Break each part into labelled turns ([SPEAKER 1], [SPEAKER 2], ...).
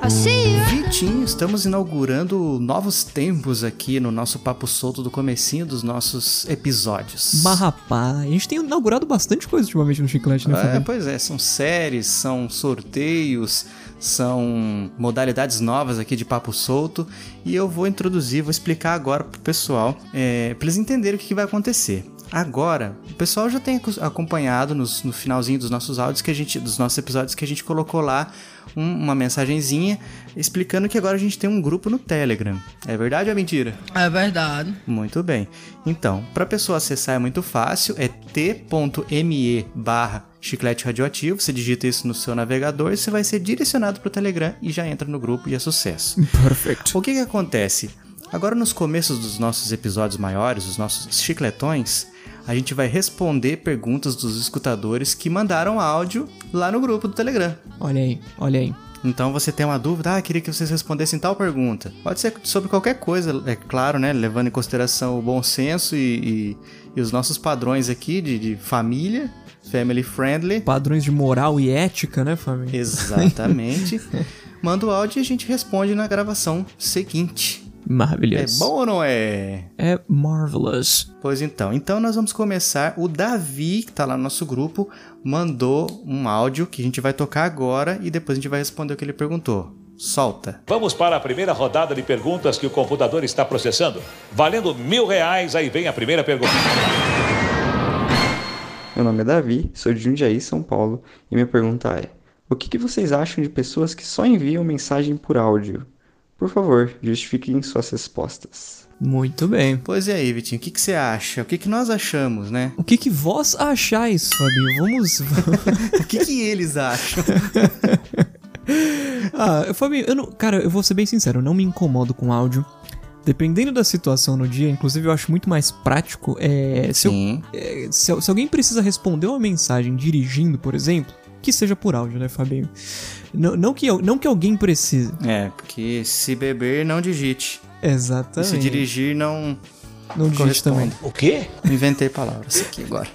[SPEAKER 1] Assim?
[SPEAKER 2] Estamos inaugurando novos tempos aqui no nosso papo solto do comecinho dos nossos episódios.
[SPEAKER 3] Mas rapaz, a gente tem inaugurado bastante coisa ultimamente no Chiclete, né,
[SPEAKER 2] É,
[SPEAKER 3] Fabiano?
[SPEAKER 2] pois é, são séries, são sorteios, são modalidades novas aqui de papo solto e eu vou introduzir, vou explicar agora pro pessoal, é, para eles entenderem o que, que vai acontecer. Agora, o pessoal já tem acos- acompanhado nos- no finalzinho dos nossos áudios que a gente, dos nossos episódios que a gente colocou lá um- uma mensagenzinha explicando que agora a gente tem um grupo no Telegram. É verdade ou é mentira?
[SPEAKER 1] É verdade.
[SPEAKER 2] Muito bem. Então, para a pessoa acessar é muito fácil, é t.me barra chiclete radioativo, você digita isso no seu navegador, você vai ser direcionado para o Telegram e já entra no grupo e é sucesso.
[SPEAKER 3] Perfeito.
[SPEAKER 2] O que que acontece? Agora nos começos dos nossos episódios maiores, os nossos chicletões, a gente vai responder perguntas dos escutadores que mandaram áudio lá no grupo do Telegram.
[SPEAKER 3] Olha aí, olha aí.
[SPEAKER 2] Então você tem uma dúvida, ah, queria que vocês respondessem tal pergunta. Pode ser sobre qualquer coisa, é claro, né? Levando em consideração o bom senso e, e- e os nossos padrões aqui de, de família, family friendly.
[SPEAKER 3] Padrões de moral e ética, né, família?
[SPEAKER 2] Exatamente. Manda o áudio e a gente responde na gravação seguinte. É
[SPEAKER 3] Maravilhoso.
[SPEAKER 2] bom ou não é?
[SPEAKER 3] É marvelous.
[SPEAKER 2] Pois então, então nós vamos começar. O Davi, que tá lá no nosso grupo, mandou um áudio que a gente vai tocar agora e depois a gente vai responder o que ele perguntou. Solta.
[SPEAKER 4] Vamos para a primeira rodada de perguntas que o computador está processando. Valendo mil reais, aí vem a primeira pergunta.
[SPEAKER 5] Meu nome é Davi, sou de Jundiaí, São Paulo, e minha pergunta é: O que que vocês acham de pessoas que só enviam mensagem por áudio? Por favor, justifiquem suas respostas.
[SPEAKER 3] Muito bem.
[SPEAKER 2] Pois e aí, Vitinho, o que, que você acha? O que, que nós achamos, né?
[SPEAKER 3] O que, que vós achais, Fabinho? Vamos.
[SPEAKER 2] O que, que eles acham?
[SPEAKER 3] Ah, eu- Fabinho, eu não. Cara, eu vou ser bem sincero, eu não me incomodo com áudio. Dependendo da situação no dia, inclusive eu acho muito mais prático. É, se, eu-
[SPEAKER 2] Sim.
[SPEAKER 3] é, se- se alguém precisa responder uma mensagem dirigindo, por exemplo, que seja por áudio, né, Fabinho? Não, não que, eu- não que alguém precise.
[SPEAKER 2] É, porque se beber, não digite. E
[SPEAKER 3] Exatamente.
[SPEAKER 2] se dirigir, não
[SPEAKER 3] não digite
[SPEAKER 2] corresponde.
[SPEAKER 3] também.
[SPEAKER 4] O quê?
[SPEAKER 2] Inventei palavras aqui agora.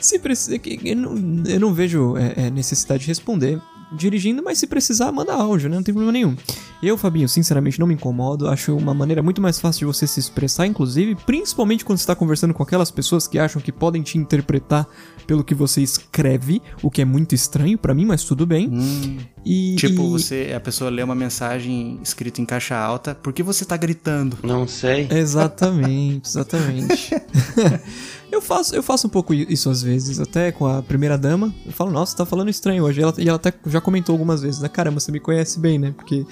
[SPEAKER 3] Se precisa, que- que eu, não, eu não vejo é, é, necessidade de responder dirigindo, mas se precisar, manda áudio, né? Não tem problema nenhum. Eu, Fabinho, sinceramente não me incomodo. Acho uma maneira muito mais fácil de você se expressar, inclusive, principalmente quando você está conversando com aquelas pessoas que acham que podem te interpretar pelo que você escreve, o que é muito estranho pra mim, mas tudo bem. E,
[SPEAKER 2] Tipo,
[SPEAKER 3] e-
[SPEAKER 2] você, a pessoa lê uma mensagem escrita em caixa alta, por que você tá gritando?
[SPEAKER 5] Não sei.
[SPEAKER 3] Exatamente, exatamente. eu, faço, eu faço um pouco i- isso às vezes, até com a primeira dama. Eu falo, nossa, tá falando estranho hoje. E ela, e ela até já comentou algumas vezes, né? Caramba, você me conhece bem, né? Porque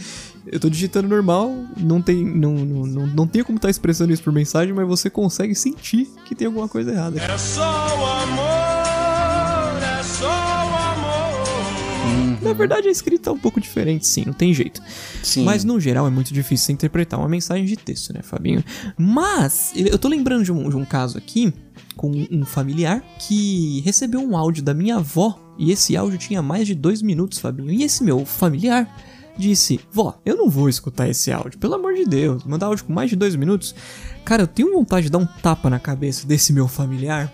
[SPEAKER 3] eu tô digitando normal, não tem, não, não, não, não tenho como estar expressando isso por mensagem, mas você consegue sentir que tem alguma coisa errada.
[SPEAKER 6] É
[SPEAKER 3] Na verdade, a escrita é um pouco diferente, sim, não tem jeito.
[SPEAKER 2] Sim.
[SPEAKER 3] Mas no geral é muito difícil você interpretar uma mensagem de texto, né, Fabinho? Mas eu tô lembrando de um, de um caso aqui com um familiar que recebeu um áudio da minha avó e esse áudio tinha mais de dois minutos, Fabinho. E esse meu familiar disse: Vó, eu não vou escutar esse áudio, pelo amor de Deus, mandar áudio com mais de dois minutos. Cara, eu tenho vontade de dar um tapa na cabeça desse meu familiar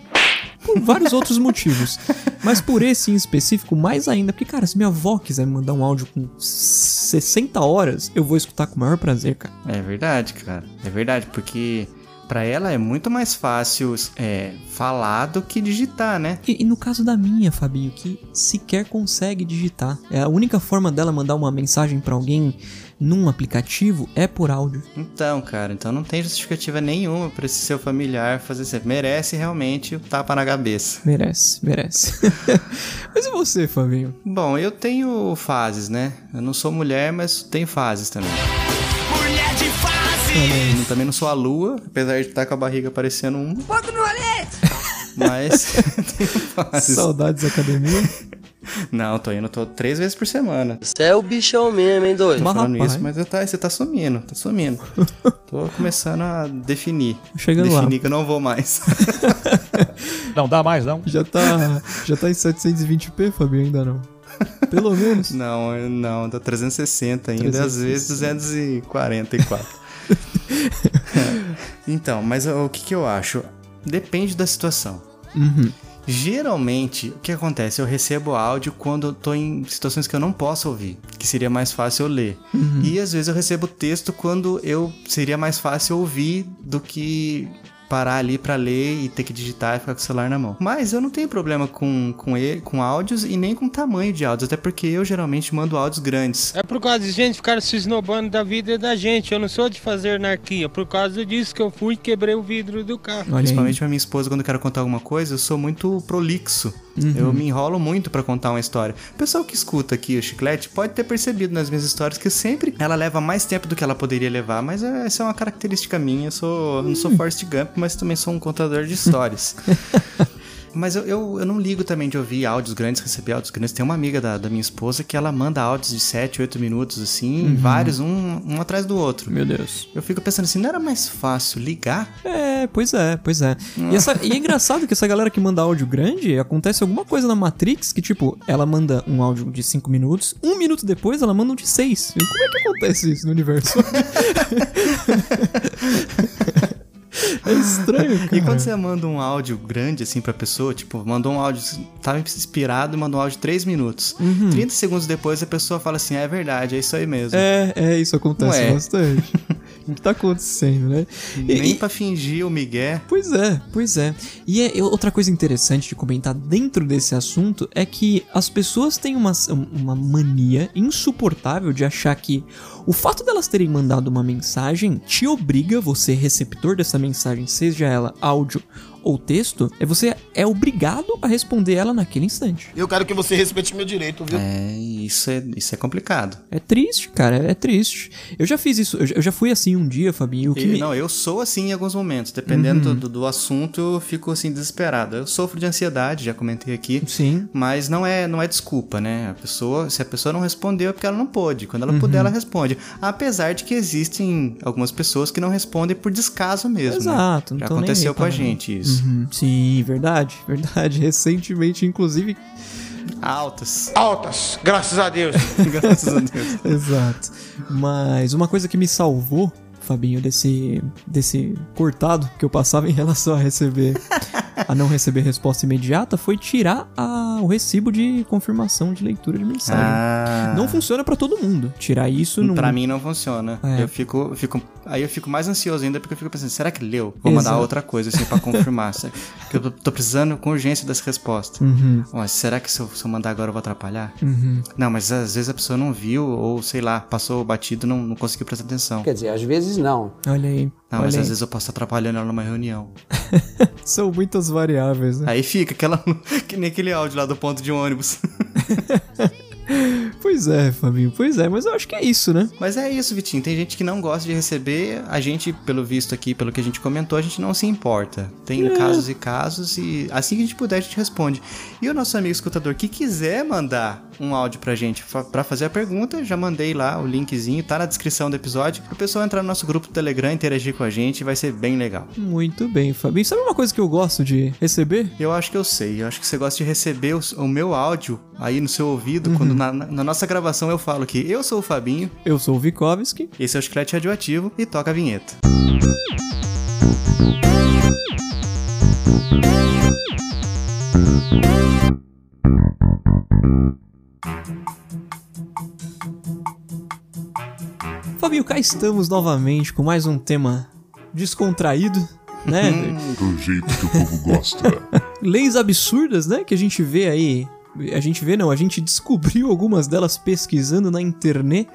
[SPEAKER 3] por vários outros motivos. Mas por esse em específico, mais ainda, porque, cara, se minha avó quiser me mandar um áudio com 60 horas, eu vou escutar com o maior prazer, cara.
[SPEAKER 2] É verdade, cara. É verdade, porque pra ela é muito mais fácil é, falar do que digitar, né?
[SPEAKER 3] E, e no caso da minha, Fabinho, que sequer consegue digitar. É a única forma dela mandar uma mensagem pra alguém num aplicativo é por áudio.
[SPEAKER 2] Então, cara, então não tem justificativa nenhuma pra esse seu familiar fazer isso. Merece realmente o tapa na cabeça.
[SPEAKER 3] Merece, merece. Mas e você, Fabinho?
[SPEAKER 2] Bom, eu tenho fases, né? Eu não sou mulher, mas tenho fases também.
[SPEAKER 7] Mulher de fase,
[SPEAKER 2] Eu também não sou a lua, apesar de estar com a barriga parecendo um,
[SPEAKER 1] Bota no olhete!
[SPEAKER 2] mas tenho fases.
[SPEAKER 3] Saudades da academia.
[SPEAKER 2] Não, tô indo tô três vezes por semana.
[SPEAKER 8] Você é o bichão mesmo, hein, doido?
[SPEAKER 3] Mas
[SPEAKER 2] Falando
[SPEAKER 3] rapaz,
[SPEAKER 2] isso, mas eu tá, você tá sumindo, tá sumindo. tô começando a definir.
[SPEAKER 3] chegando lá.
[SPEAKER 2] definir que eu não vou mais.
[SPEAKER 4] Não dá mais, não?
[SPEAKER 3] Já tá, já tá em 720p, Fabinho, ainda não. Pelo menos.
[SPEAKER 2] não, eu- não, tá 360 ainda, às
[SPEAKER 3] 360.
[SPEAKER 2] vezes 244. então, mas o que que eu acho? Depende da situação.
[SPEAKER 3] Uhum.
[SPEAKER 2] Geralmente, o que acontece? Eu recebo áudio quando eu tô em situações que eu não posso ouvir, que seria mais fácil eu ler. E às vezes eu recebo texto quando eu seria mais fácil ouvir do que parar ali pra ler e ter que digitar e ficar com o celular na mão. Mas eu não tenho problema com com ele, com áudios e nem com tamanho de áudios, até porque eu geralmente mando áudios grandes.
[SPEAKER 9] É por causa de gente ficar se esnobando da vida da gente. Eu não sou de fazer anarquia. Por causa disso que eu fui e quebrei o vidro do carro.
[SPEAKER 3] Olha aí.
[SPEAKER 2] Principalmente pra minha esposa, quando eu quero contar alguma coisa, eu sou muito prolixo. Eu me enrolo muito pra contar uma história. O pessoal que escuta aqui o Chiclete pode ter percebido nas minhas histórias que sempre ela leva mais tempo do que ela poderia levar, mas é- essa é uma característica minha. Eu sou, eu não sou Forrest Gump, mas também sou um contador de histórias. Mas eu, eu, eu não ligo também de ouvir áudios grandes, receber áudios grandes. Tem uma amiga da, da minha esposa que ela manda áudios de 7, 8 minutos, assim, vários, um, um atrás do outro.
[SPEAKER 3] Meu Deus.
[SPEAKER 2] Eu fico pensando assim, não era mais fácil ligar?
[SPEAKER 3] É, pois é, pois é. E, essa- e é engraçado que essa galera que manda áudio grande, acontece alguma coisa na Matrix que, tipo, ela manda um áudio de 5 minutos, um minuto depois ela manda um de 6. Como é que acontece isso no universo? é estranho, cara.
[SPEAKER 2] E quando você manda um áudio grande assim pra pessoa, tipo, mandou um áudio, tava inspirado, mandou um áudio de 3 minutos. 30 segundos depois a pessoa fala assim: "Ah, é verdade, Uhum. é isso aí mesmo.
[SPEAKER 3] É, é, isso acontece
[SPEAKER 2] Ué.
[SPEAKER 3] bastante. o que tá acontecendo, né? E-
[SPEAKER 2] Nem
[SPEAKER 3] e-
[SPEAKER 2] pra fingir o Miguel.
[SPEAKER 3] Pois é, pois é. E é, eu- outra coisa interessante de comentar dentro desse assunto é que as pessoas têm uma, uma mania insuportável de achar que o fato delas terem mandado uma mensagem te obriga, você receptor dessa mensagem, seja ela áudio ou texto, é você é obrigado a responder ela naquele instante.
[SPEAKER 7] Eu quero que você respeite meu direito, viu?
[SPEAKER 2] É, isso é, isso é complicado.
[SPEAKER 3] É triste, cara, é triste. Eu já fiz isso, eu já- eu já fui assim um dia, Fabinho. o que
[SPEAKER 2] E, Uhum.
[SPEAKER 3] me-
[SPEAKER 2] Não, eu sou assim em alguns momentos, dependendo do, do assunto, eu fico assim desesperado. Eu sofro de ansiedade, já comentei aqui.
[SPEAKER 3] Sim.
[SPEAKER 2] Mas não é, não é desculpa, né? A pessoa, se a pessoa não respondeu é porque ela não pôde. Quando ela puder, ela
[SPEAKER 3] Uhum.
[SPEAKER 2] responde. Apesar de que existem algumas pessoas que não respondem por descaso mesmo. né?
[SPEAKER 3] Exato, não
[SPEAKER 2] Já
[SPEAKER 3] tão nem
[SPEAKER 2] aconteceu
[SPEAKER 3] aí
[SPEAKER 2] com a
[SPEAKER 3] pra nada.
[SPEAKER 2] gente isso.
[SPEAKER 3] Uhum, Sim, verdade, verdade. Recentemente, inclusive, Uhum.
[SPEAKER 2] Altas.
[SPEAKER 7] Altas, graças a Deus.
[SPEAKER 2] Graças a Deus.
[SPEAKER 3] Exato. Mas uma coisa que me salvou, Fabinho, desse, desse cortado que eu passava em relação a receber. a não receber resposta imediata foi tirar a- o recibo de confirmação de leitura de mensagem.
[SPEAKER 2] Ah,
[SPEAKER 3] Não funciona pra todo mundo. Tirar isso não.
[SPEAKER 2] Pra mim não funciona.
[SPEAKER 3] É.
[SPEAKER 2] Eu fico, eu fico. Aí eu fico mais ansioso ainda porque eu fico pensando, será que leu? Vou mandar
[SPEAKER 3] Exato.
[SPEAKER 2] outra coisa assim pra confirmar. será que eu tô- tô precisando com urgência dessa resposta.
[SPEAKER 3] Uhum,
[SPEAKER 2] Ó, será que se eu, se eu mandar agora eu vou atrapalhar?
[SPEAKER 3] uhum.
[SPEAKER 2] Não, mas às vezes a pessoa não viu, ou sei lá, passou batido não, não conseguiu prestar atenção.
[SPEAKER 6] Quer dizer, às vezes não.
[SPEAKER 3] Olha aí.
[SPEAKER 2] Não,
[SPEAKER 3] olha
[SPEAKER 2] mas
[SPEAKER 3] aí.
[SPEAKER 2] às vezes eu posso estar atrapalhando ela numa reunião.
[SPEAKER 3] São muitas variáveis, né?
[SPEAKER 2] Aí fica aquela. que nem aquele áudio lá do ponto de ônibus.
[SPEAKER 3] Pois é, Fabinho, pois é, mas eu acho que é isso, né?
[SPEAKER 2] Mas é isso, Vitinho. Tem gente que não gosta de receber. A gente, pelo visto aqui, pelo que a gente comentou, a gente não se importa. Tem
[SPEAKER 3] É.
[SPEAKER 2] casos e casos e assim que a gente puder, a gente responde. E o nosso amigo escutador que quiser mandar um áudio pra gente fa- pra fazer a pergunta, já mandei lá o linkzinho, tá na descrição do episódio. O pessoal entrar no nosso grupo do Telegram, interagir com a gente, vai ser bem legal.
[SPEAKER 3] Muito bem, Fabinho. Sabe uma coisa que eu gosto de receber?
[SPEAKER 2] Eu acho que eu sei. Eu acho que você gosta de receber os- o meu áudio aí no seu ouvido, quando na, na- na nossa gravação eu falo que eu sou o Fabinho,
[SPEAKER 3] Eu sou o Vikovski.
[SPEAKER 2] esse é o Chiclete Radioativo e toca a vinheta.
[SPEAKER 3] Fabinho, cá estamos novamente com mais um tema descontraído, né?
[SPEAKER 10] Hum, Do jeito que o povo gosta.
[SPEAKER 3] Leis absurdas, né? Que a gente vê aí. A gente vê, não, a gente descobriu algumas delas pesquisando na internet.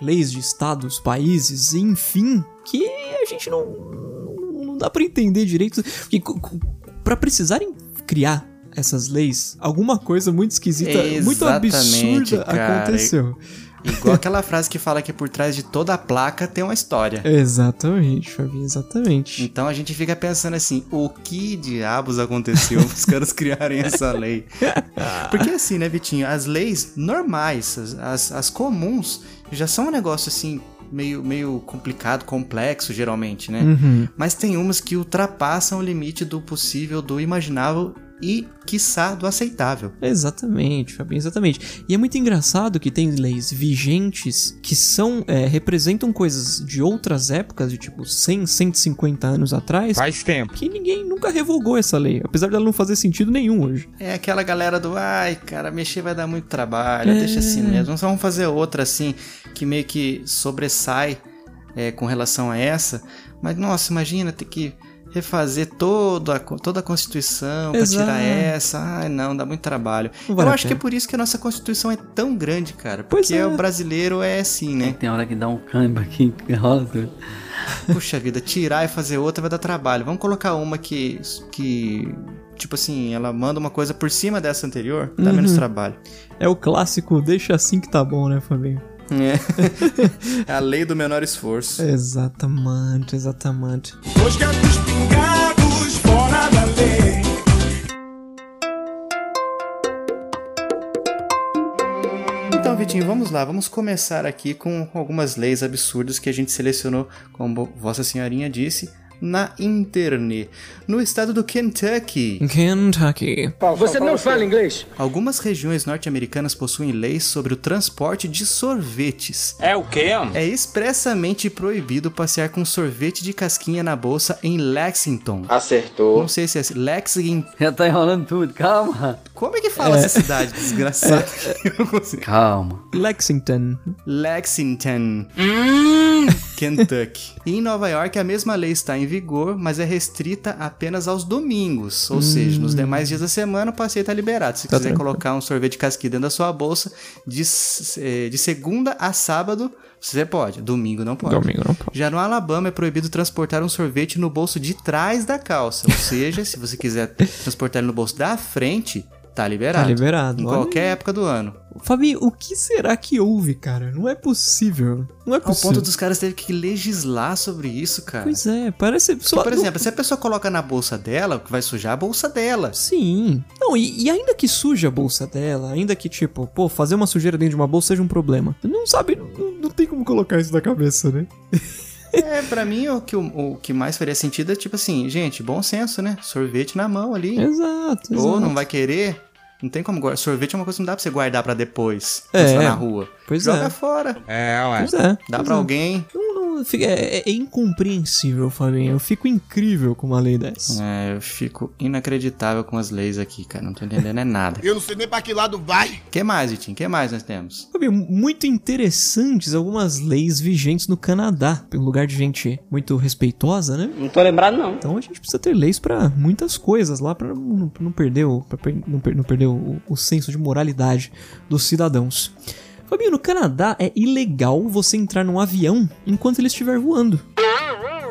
[SPEAKER 3] Leis de estados, países, enfim, que a gente não, não, não dá pra entender direito. Porque co- co- pra precisarem criar essas leis, alguma coisa muito esquisita, muito
[SPEAKER 2] Exatamente,
[SPEAKER 3] absurda
[SPEAKER 2] cara.
[SPEAKER 3] aconteceu.
[SPEAKER 2] Igual aquela frase que fala que por trás de toda a placa tem uma história.
[SPEAKER 3] Exatamente, Fabinho, exatamente.
[SPEAKER 2] Então a gente fica pensando assim, o que diabos aconteceu para os caras criarem essa lei? Porque assim, né, Vitinho, as leis normais, as, as, as comuns, já são um negócio assim, meio, meio complicado, complexo, geralmente, né?
[SPEAKER 3] Uhum.
[SPEAKER 2] Mas tem umas que ultrapassam o limite do possível, do imaginável e, quiçá, do aceitável.
[SPEAKER 3] Exatamente, Fabinho, exatamente. E é muito engraçado que tem leis vigentes que são é, representam coisas de outras épocas, de tipo 100, 150 anos atrás,
[SPEAKER 6] Faz tempo.
[SPEAKER 3] que ninguém nunca revogou essa lei, apesar dela não fazer sentido nenhum hoje.
[SPEAKER 2] É aquela galera do, ai, cara, mexer vai dar muito trabalho, deixa assim mesmo. Nós vamos fazer outra assim, que meio que sobressai é, com relação a essa. Mas, nossa, imagina ter que refazer toda a, co- toda a Constituição pra
[SPEAKER 3] Exato.
[SPEAKER 2] tirar essa. Ai, não, dá muito trabalho.
[SPEAKER 3] Não vale
[SPEAKER 2] Eu
[SPEAKER 3] a
[SPEAKER 2] acho que é
[SPEAKER 3] pena.
[SPEAKER 2] por isso que a nossa Constituição é tão grande, cara.
[SPEAKER 3] Pois
[SPEAKER 2] Porque
[SPEAKER 3] é.
[SPEAKER 2] o brasileiro é assim, né?
[SPEAKER 8] Tem hora que dá um câmbio aqui que rola tudo.
[SPEAKER 2] Puxa vida, tirar e fazer outra vai dar trabalho. Vamos colocar uma que. que tipo assim, ela manda uma coisa por cima dessa anterior, dá menos
[SPEAKER 8] Uhum.
[SPEAKER 2] trabalho.
[SPEAKER 3] É o clássico deixa assim que tá bom, né, Fabinho?
[SPEAKER 2] É. a lei do menor esforço.
[SPEAKER 3] Exatamente, exatamente.
[SPEAKER 7] Os gatos pingados fora da lei.
[SPEAKER 2] Então, Vitinho, vamos lá. Vamos começar aqui com algumas leis absurdas que a gente selecionou, como Vossa Senhorinha disse, na internet. No estado do Kentucky,
[SPEAKER 3] Kentucky.
[SPEAKER 9] Você não fala inglês?
[SPEAKER 2] algumas regiões norte-americanas possuem leis sobre o transporte de sorvetes.
[SPEAKER 6] É o quê?
[SPEAKER 2] É expressamente proibido passear com sorvete de casquinha na bolsa em Lexington.
[SPEAKER 7] Acertou.
[SPEAKER 2] Não sei se é assim. Lexington.
[SPEAKER 8] Já tá enrolando tudo, calma.
[SPEAKER 2] Como é que fala essa cidade desgraçada? Eu não consigo.
[SPEAKER 8] Calma.
[SPEAKER 3] Lexington.
[SPEAKER 2] Lexington,
[SPEAKER 3] Hum.
[SPEAKER 2] Kentucky. E em Nova York, a mesma lei está em vigor, mas é restrita apenas aos domingos. Ou seja, nos demais dias da semana o passeio está liberado. Se
[SPEAKER 3] Hum. Tá
[SPEAKER 2] quiser
[SPEAKER 3] tranquilo.
[SPEAKER 2] colocar um sorvete de casquinha dentro da sua bolsa, de, s- eh, de segunda a sábado, você pode. Domingo não pode.
[SPEAKER 3] Domingo não pode.
[SPEAKER 2] Já no Alabama é proibido transportar um sorvete no bolso de trás da calça. Ou seja, se você quiser transportar ele no bolso da frente, tá liberado.
[SPEAKER 3] Tá liberado.
[SPEAKER 2] Em
[SPEAKER 3] Olha
[SPEAKER 2] qualquer época do ano.
[SPEAKER 3] Fabinho, o que será que houve, cara? Não é possível. Não é
[SPEAKER 2] Ao
[SPEAKER 3] possível.
[SPEAKER 2] ponto dos caras terem que legislar sobre isso, cara.
[SPEAKER 3] Pois é, parece. Só,
[SPEAKER 2] Por exemplo, assim- se a pessoa coloca na bolsa dela, o que vai sujar é a bolsa dela.
[SPEAKER 3] Sim. Não, e, e ainda que suje a bolsa dela, ainda que, tipo, pô, fazer uma sujeira dentro de uma bolsa seja um problema. Não sabe, não, não tem como colocar isso na cabeça, né?
[SPEAKER 2] É, pra mim, o que, o, o que mais faria sentido é tipo assim, gente, bom senso, né? Sorvete na mão ali.
[SPEAKER 3] Exato, exato.
[SPEAKER 2] Ou não vai querer. Não tem como guardar. Sorvete é uma coisa que não dá pra você guardar pra depois.
[SPEAKER 3] É.
[SPEAKER 2] Você tá na rua.
[SPEAKER 3] Pois
[SPEAKER 2] Joga
[SPEAKER 3] é.
[SPEAKER 2] fora.
[SPEAKER 6] É, ué.
[SPEAKER 3] Pois é.
[SPEAKER 2] Dá
[SPEAKER 3] pois
[SPEAKER 2] pra
[SPEAKER 3] é.
[SPEAKER 2] alguém.
[SPEAKER 3] Não, não, fica- é, é incompreensível, Fabinho. Eu fico incrível com uma lei dessa.
[SPEAKER 2] É, eu fico inacreditável com as leis aqui, cara. Não tô entendendo é nada.
[SPEAKER 7] Eu não sei nem pra que lado vai.
[SPEAKER 2] que mais, Vitinho? que mais nós temos?
[SPEAKER 3] Fabinho, muito interessantes algumas leis vigentes no Canadá. Pelo lugar de gente muito respeitosa, né?
[SPEAKER 8] Não tô lembrado, não.
[SPEAKER 3] Então a gente precisa ter leis pra muitas coisas lá, pra não, não perder, o, pra per- não per- não perder o, o senso de moralidade dos cidadãos. Fabinho, no Canadá é ilegal você entrar num avião enquanto ele estiver voando.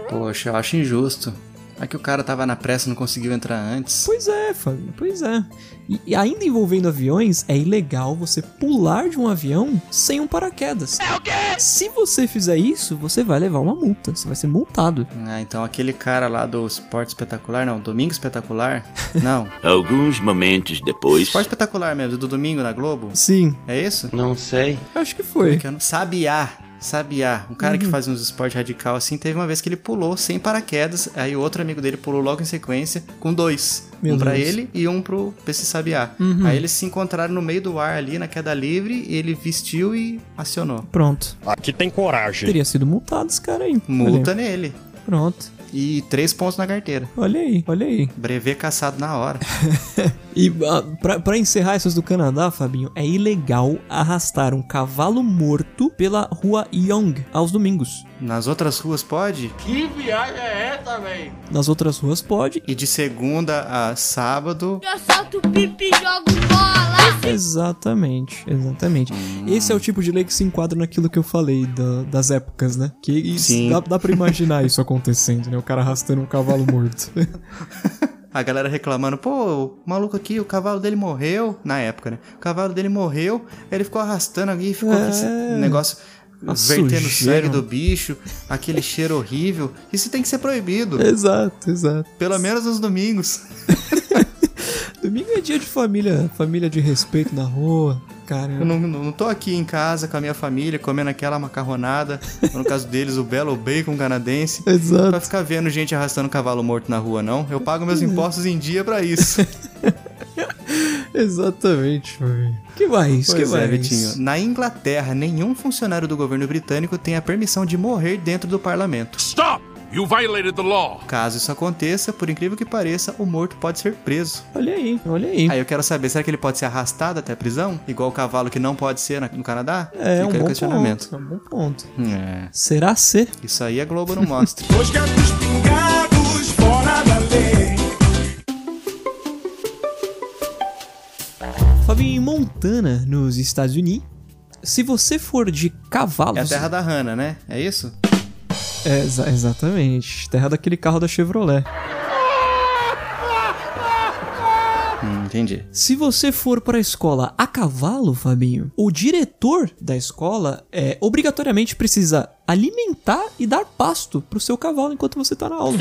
[SPEAKER 2] Poxa, eu acho injusto. É que o cara tava na pressa e não conseguiu entrar antes.
[SPEAKER 3] Pois é, Fabinho, pois é. E, e ainda envolvendo aviões, é ilegal você pular de um avião sem um paraquedas. É o quê? Se você fizer isso, você vai levar uma multa, você vai ser multado.
[SPEAKER 2] Ah, então aquele cara lá do Esporte Espetacular, não, Domingo Espetacular? Não,
[SPEAKER 11] Alguns momentos depois.
[SPEAKER 2] Esporte Espetacular mesmo, do Domingo na Globo?
[SPEAKER 3] Sim,
[SPEAKER 2] É isso?
[SPEAKER 8] Não sei.
[SPEAKER 3] acho que foi.
[SPEAKER 2] Que eu não- Sabiá, Sabiá, um cara que
[SPEAKER 3] Uhum.
[SPEAKER 2] faz uns esportes radical assim, teve uma vez que ele pulou sem paraquedas, aí o outro amigo dele pulou logo em sequência, com dois.
[SPEAKER 3] Meu
[SPEAKER 2] um pra
[SPEAKER 3] Deus. Uhum.
[SPEAKER 2] ele e um pro pra esse Sabiá. Aí eles se encontraram no meio do ar ali, na queda livre, ele vestiu e acionou.
[SPEAKER 3] Pronto.
[SPEAKER 6] Aqui tem coragem.
[SPEAKER 3] Teria sido multado esse cara aí.
[SPEAKER 2] Multa nele.
[SPEAKER 3] Olha aí, Pronto.
[SPEAKER 2] E três pontos na carteira.
[SPEAKER 3] Olha aí, olha aí.
[SPEAKER 2] Brevê caçado na hora.
[SPEAKER 3] E ah, pra, pra encerrar essas do Canadá, Fabinho, é ilegal arrastar um cavalo morto pela rua Young aos domingos.
[SPEAKER 2] Nas outras ruas pode?
[SPEAKER 3] Nas outras ruas pode.
[SPEAKER 2] E de segunda a sábado,
[SPEAKER 1] Eu solto pipi e jogo bola.
[SPEAKER 3] Exatamente, exatamente.
[SPEAKER 2] Hum.
[SPEAKER 3] Esse é o tipo de lei que se enquadra naquilo que eu falei da- das épocas, né? Que isso-
[SPEAKER 2] Sim.
[SPEAKER 3] dá, dá pra imaginar isso acontecendo, né? O cara arrastando um cavalo morto.
[SPEAKER 2] a galera reclamando, pô, o maluco aqui, o cavalo dele morreu, na época, né? O cavalo dele morreu, aí ele ficou arrastando aqui, ficou
[SPEAKER 3] É.
[SPEAKER 2] com esse negócio
[SPEAKER 3] Uma
[SPEAKER 2] vertendo
[SPEAKER 3] sujeira,
[SPEAKER 2] sangue do
[SPEAKER 3] mano.
[SPEAKER 2] bicho, aquele cheiro horrível. Isso tem que ser proibido,
[SPEAKER 3] exato, exato.
[SPEAKER 2] pelo menos nos domingos.
[SPEAKER 3] Domingo é dia de família, família de respeito na rua. Caramba.
[SPEAKER 2] Eu não, não, não tô aqui em casa com a minha família comendo aquela macarronada, ou no caso deles, o belo bacon canadense.
[SPEAKER 3] Exato.
[SPEAKER 2] Pra ficar vendo gente arrastando cavalo morto na rua, não. Eu pago
[SPEAKER 3] Uhum.
[SPEAKER 2] meus impostos em dia pra isso.
[SPEAKER 3] Exatamente, velho. Que mais? que
[SPEAKER 2] Pois é,
[SPEAKER 3] mais?
[SPEAKER 2] Vitinho. Na Inglaterra, nenhum funcionário do governo britânico tem a permissão de morrer dentro do parlamento.
[SPEAKER 6] Stop! You violated the law.
[SPEAKER 2] Caso isso aconteça, por incrível que pareça, o morto pode ser preso.
[SPEAKER 3] Olha aí, olha aí.
[SPEAKER 2] Aí eu quero saber, será que ele pode ser arrastado até a prisão? Igual o cavalo que não pode ser na- no Canadá?
[SPEAKER 3] É
[SPEAKER 2] Fica
[SPEAKER 3] um
[SPEAKER 2] aí o
[SPEAKER 3] bom
[SPEAKER 2] questionamento.
[SPEAKER 3] ponto. É um bom ponto.
[SPEAKER 2] É.
[SPEAKER 3] Será ser?
[SPEAKER 2] Isso aí a Globo não mostra.
[SPEAKER 7] Dois gatos pingados fora da lei.
[SPEAKER 3] Fabinho, em Montana, nos Estados Unidos, se você for de cavalo...
[SPEAKER 2] É a terra da Hannah, né? É isso?
[SPEAKER 3] É, exa- exatamente. Terra daquele carro da Chevrolet.
[SPEAKER 2] Hum, entendi.
[SPEAKER 3] Se você for para a escola a cavalo, Fabinho, o diretor da escola é obrigatoriamente precisa alimentar e dar pasto pro seu cavalo enquanto você tá na aula.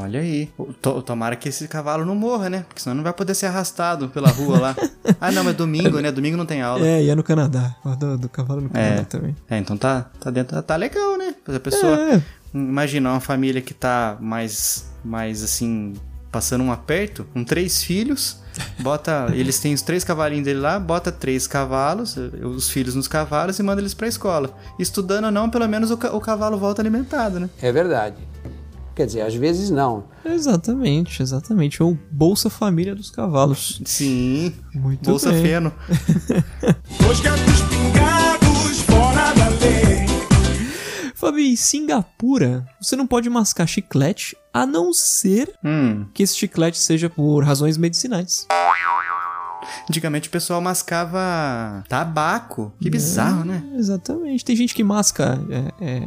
[SPEAKER 2] Olha aí. To- Tomara que esse cavalo não morra, né? Porque senão não vai poder ser arrastado pela rua lá. ah, não, é domingo, né? Domingo não tem aula.
[SPEAKER 3] É, e é no Canadá. Ó, Do, do cavalo no Canadá também.
[SPEAKER 2] É, então tá, tá dentro. Tá legal, né? Mas a pessoa.
[SPEAKER 3] É.
[SPEAKER 2] Imagina uma família que tá mais. Mais assim. Passando um aperto, com três filhos, bota. eles têm os três cavalinhos dele lá, bota três cavalos, eh, os filhos nos cavalos e manda eles pra escola. Estudando ou não, pelo menos o, ca- o cavalo volta alimentado, né?
[SPEAKER 12] É verdade. Quer dizer, às vezes não.
[SPEAKER 3] Exatamente, exatamente. Ou Bolsa Família dos Cavalos.
[SPEAKER 2] Sim.
[SPEAKER 3] Muito
[SPEAKER 2] Bolsa
[SPEAKER 3] bem.
[SPEAKER 2] feno.
[SPEAKER 7] Dois gatos pingados fora da lei.
[SPEAKER 3] Fabi, em Singapura, você não pode mascar chiclete a não ser
[SPEAKER 2] Hum.
[SPEAKER 3] que esse chiclete seja por razões medicinais.
[SPEAKER 2] Antigamente o pessoal mascava tabaco. Que bizarro, né?
[SPEAKER 3] É, Exatamente. Tem gente que masca. É, é,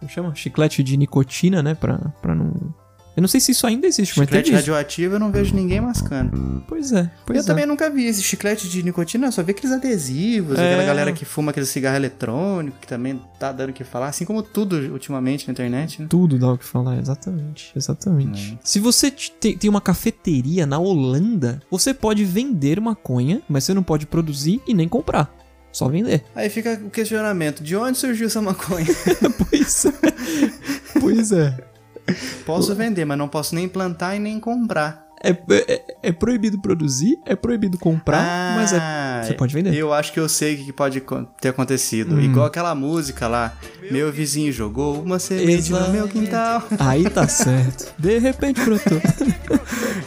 [SPEAKER 3] como chama? Chiclete de nicotina, né? Pra, pra não. Eu não sei se isso ainda existe, mas
[SPEAKER 2] Chiclete
[SPEAKER 3] tem disso.
[SPEAKER 2] radioativo eu não vejo ninguém mascando.
[SPEAKER 3] Pois é, pois
[SPEAKER 2] eu
[SPEAKER 3] é.
[SPEAKER 2] também nunca vi esse chiclete de nicotina, eu só vi aqueles adesivos,
[SPEAKER 3] É.
[SPEAKER 2] aquela galera que fuma aquele cigarro eletrônico, que também tá dando o que falar, assim como tudo ultimamente na internet, né?
[SPEAKER 3] Tudo dá o que falar, exatamente,
[SPEAKER 2] É.
[SPEAKER 3] exatamente. Se você te- te- tem uma cafeteria na Holanda, você pode vender maconha, mas você não pode produzir e nem comprar. Só vender.
[SPEAKER 2] Aí fica o questionamento, de onde surgiu essa maconha?
[SPEAKER 3] pois é. Pois é.
[SPEAKER 2] posso vender, mas não posso nem plantar e nem comprar.
[SPEAKER 3] É, é- é proibido produzir, é proibido comprar, mas
[SPEAKER 2] Ah,
[SPEAKER 3] é, você pode vender. Hum.
[SPEAKER 2] Eu acho que eu sei o que que pode co- ter acontecido. Igual aquela música lá, meu vizinho jogou uma semente no meu quintal.
[SPEAKER 3] Aí tá certo. De repente brotou.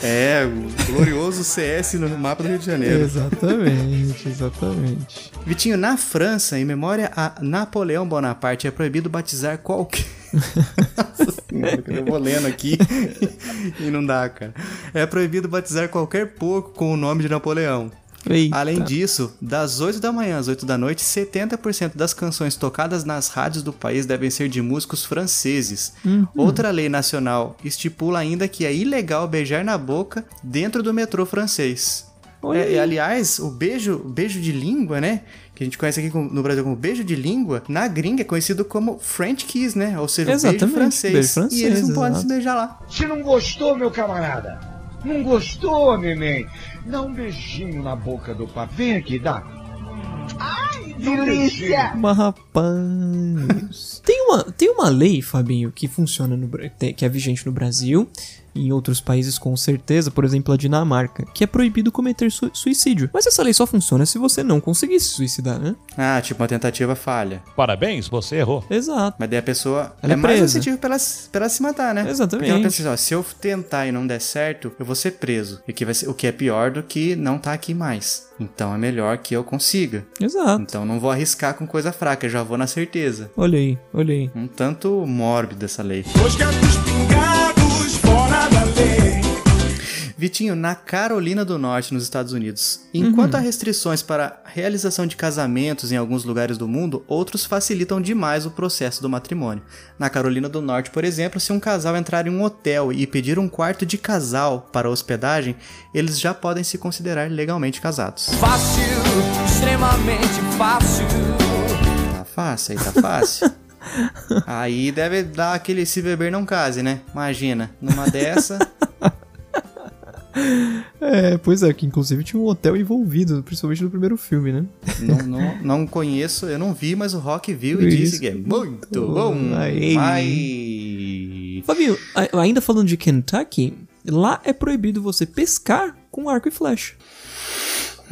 [SPEAKER 2] É, o glorioso CS no mapa do Rio de Janeiro.
[SPEAKER 3] exatamente, exatamente.
[SPEAKER 2] Vitinho, na França, em memória a Napoleão Bonaparte, é proibido batizar qualquer. Nossa senhora, eu vou lendo aqui e não dá, cara. É proibido batizar qualquer porco com o nome de Napoleão.
[SPEAKER 3] Eita.
[SPEAKER 2] Além disso, das 8 da manhã às 8 da noite, 70% das canções tocadas nas rádios do país devem ser de músicos franceses.
[SPEAKER 3] Uhum.
[SPEAKER 2] Outra lei nacional estipula ainda que é ilegal beijar na boca dentro do metrô francês.
[SPEAKER 3] Olha
[SPEAKER 2] É,
[SPEAKER 3] aí.
[SPEAKER 2] e, aliás, o beijo, o beijo de língua, né? Que a gente conhece aqui com- no Brasil como beijo de língua, na gringa é conhecido como French kiss, né? Ou seja, o beijo
[SPEAKER 3] Exatamente,
[SPEAKER 2] francês.
[SPEAKER 3] beijo francês,
[SPEAKER 2] E eles não podem
[SPEAKER 3] exato.
[SPEAKER 2] se beijar lá.
[SPEAKER 13] Se não gostou, meu camarada, não gostou, neném, dá um beijinho na boca do papo. Vem aqui, dá. Ai, delícia!
[SPEAKER 3] Mas rapaz. tem, uma, tem uma lei, Fabinho, que funciona no Bra- te- que é vigente no Brasil, e em outros países com certeza, por exemplo, a Dinamarca, que é proibido cometer su- suicídio. Mas essa lei só funciona se você não conseguir se suicidar, né?
[SPEAKER 2] Ah, tipo uma tentativa falha.
[SPEAKER 4] Parabéns, você errou.
[SPEAKER 3] Exato.
[SPEAKER 2] Mas daí a pessoa
[SPEAKER 3] Ela
[SPEAKER 2] é,
[SPEAKER 3] é
[SPEAKER 2] mais
[SPEAKER 3] presa.
[SPEAKER 2] incentivo pra ela, pra ela se matar, né?
[SPEAKER 3] Exatamente.
[SPEAKER 2] Porque ela pensa assim, ó, se eu tentar e não der certo, eu vou ser preso. E que vai ser, o que é pior do que não tá aqui mais. Então é melhor que eu consiga.
[SPEAKER 3] Exato.
[SPEAKER 2] Então não vou arriscar com coisa fraca, já vou na certeza.
[SPEAKER 3] Olha aí, olha aí.
[SPEAKER 2] Um tanto mórbida essa lei.
[SPEAKER 7] Dois gatos pingados fora da lei.
[SPEAKER 2] Vitinho, na Carolina do Norte, nos Estados Unidos. Enquanto há restrições para a realização de casamentos em alguns lugares do mundo, outros facilitam demais o processo do matrimônio. Na Carolina do Norte, por exemplo, se um casal entrar em um hotel e pedir um quarto de casal para hospedagem, eles já podem se considerar legalmente casados.
[SPEAKER 14] Fácil, extremamente fácil.
[SPEAKER 2] Tá fácil aí, tá fácil. aí deve dar aquele se beber não case, né? Imagina, numa dessa.
[SPEAKER 3] É, pois é, que inclusive tinha um hotel envolvido, principalmente no primeiro filme, né?
[SPEAKER 2] Não, não, não conheço, eu não vi, mas o Rock viu e disse que é muito bom.
[SPEAKER 3] Ai.
[SPEAKER 2] Ai.
[SPEAKER 3] Fabinho, a- ainda falando de Kentucky, lá é proibido você pescar com arco e flecha.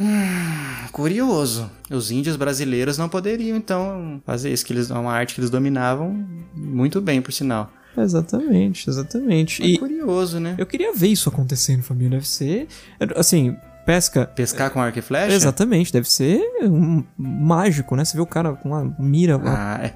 [SPEAKER 2] ah, Curioso. Os índios brasileiros não poderiam, então, fazer isso, que eles, é uma arte que eles dominavam muito bem, por sinal.
[SPEAKER 3] Exatamente, exatamente.
[SPEAKER 2] Mas
[SPEAKER 3] E
[SPEAKER 2] curioso, né?
[SPEAKER 3] eu queria ver isso acontecendo, Fabinho. Deve ser. Assim, pesca.
[SPEAKER 2] Pescar com arco e flecha?
[SPEAKER 3] Exatamente, deve ser um, mágico, né? Você vê o cara com uma mira. uma-
[SPEAKER 2] Ah, é,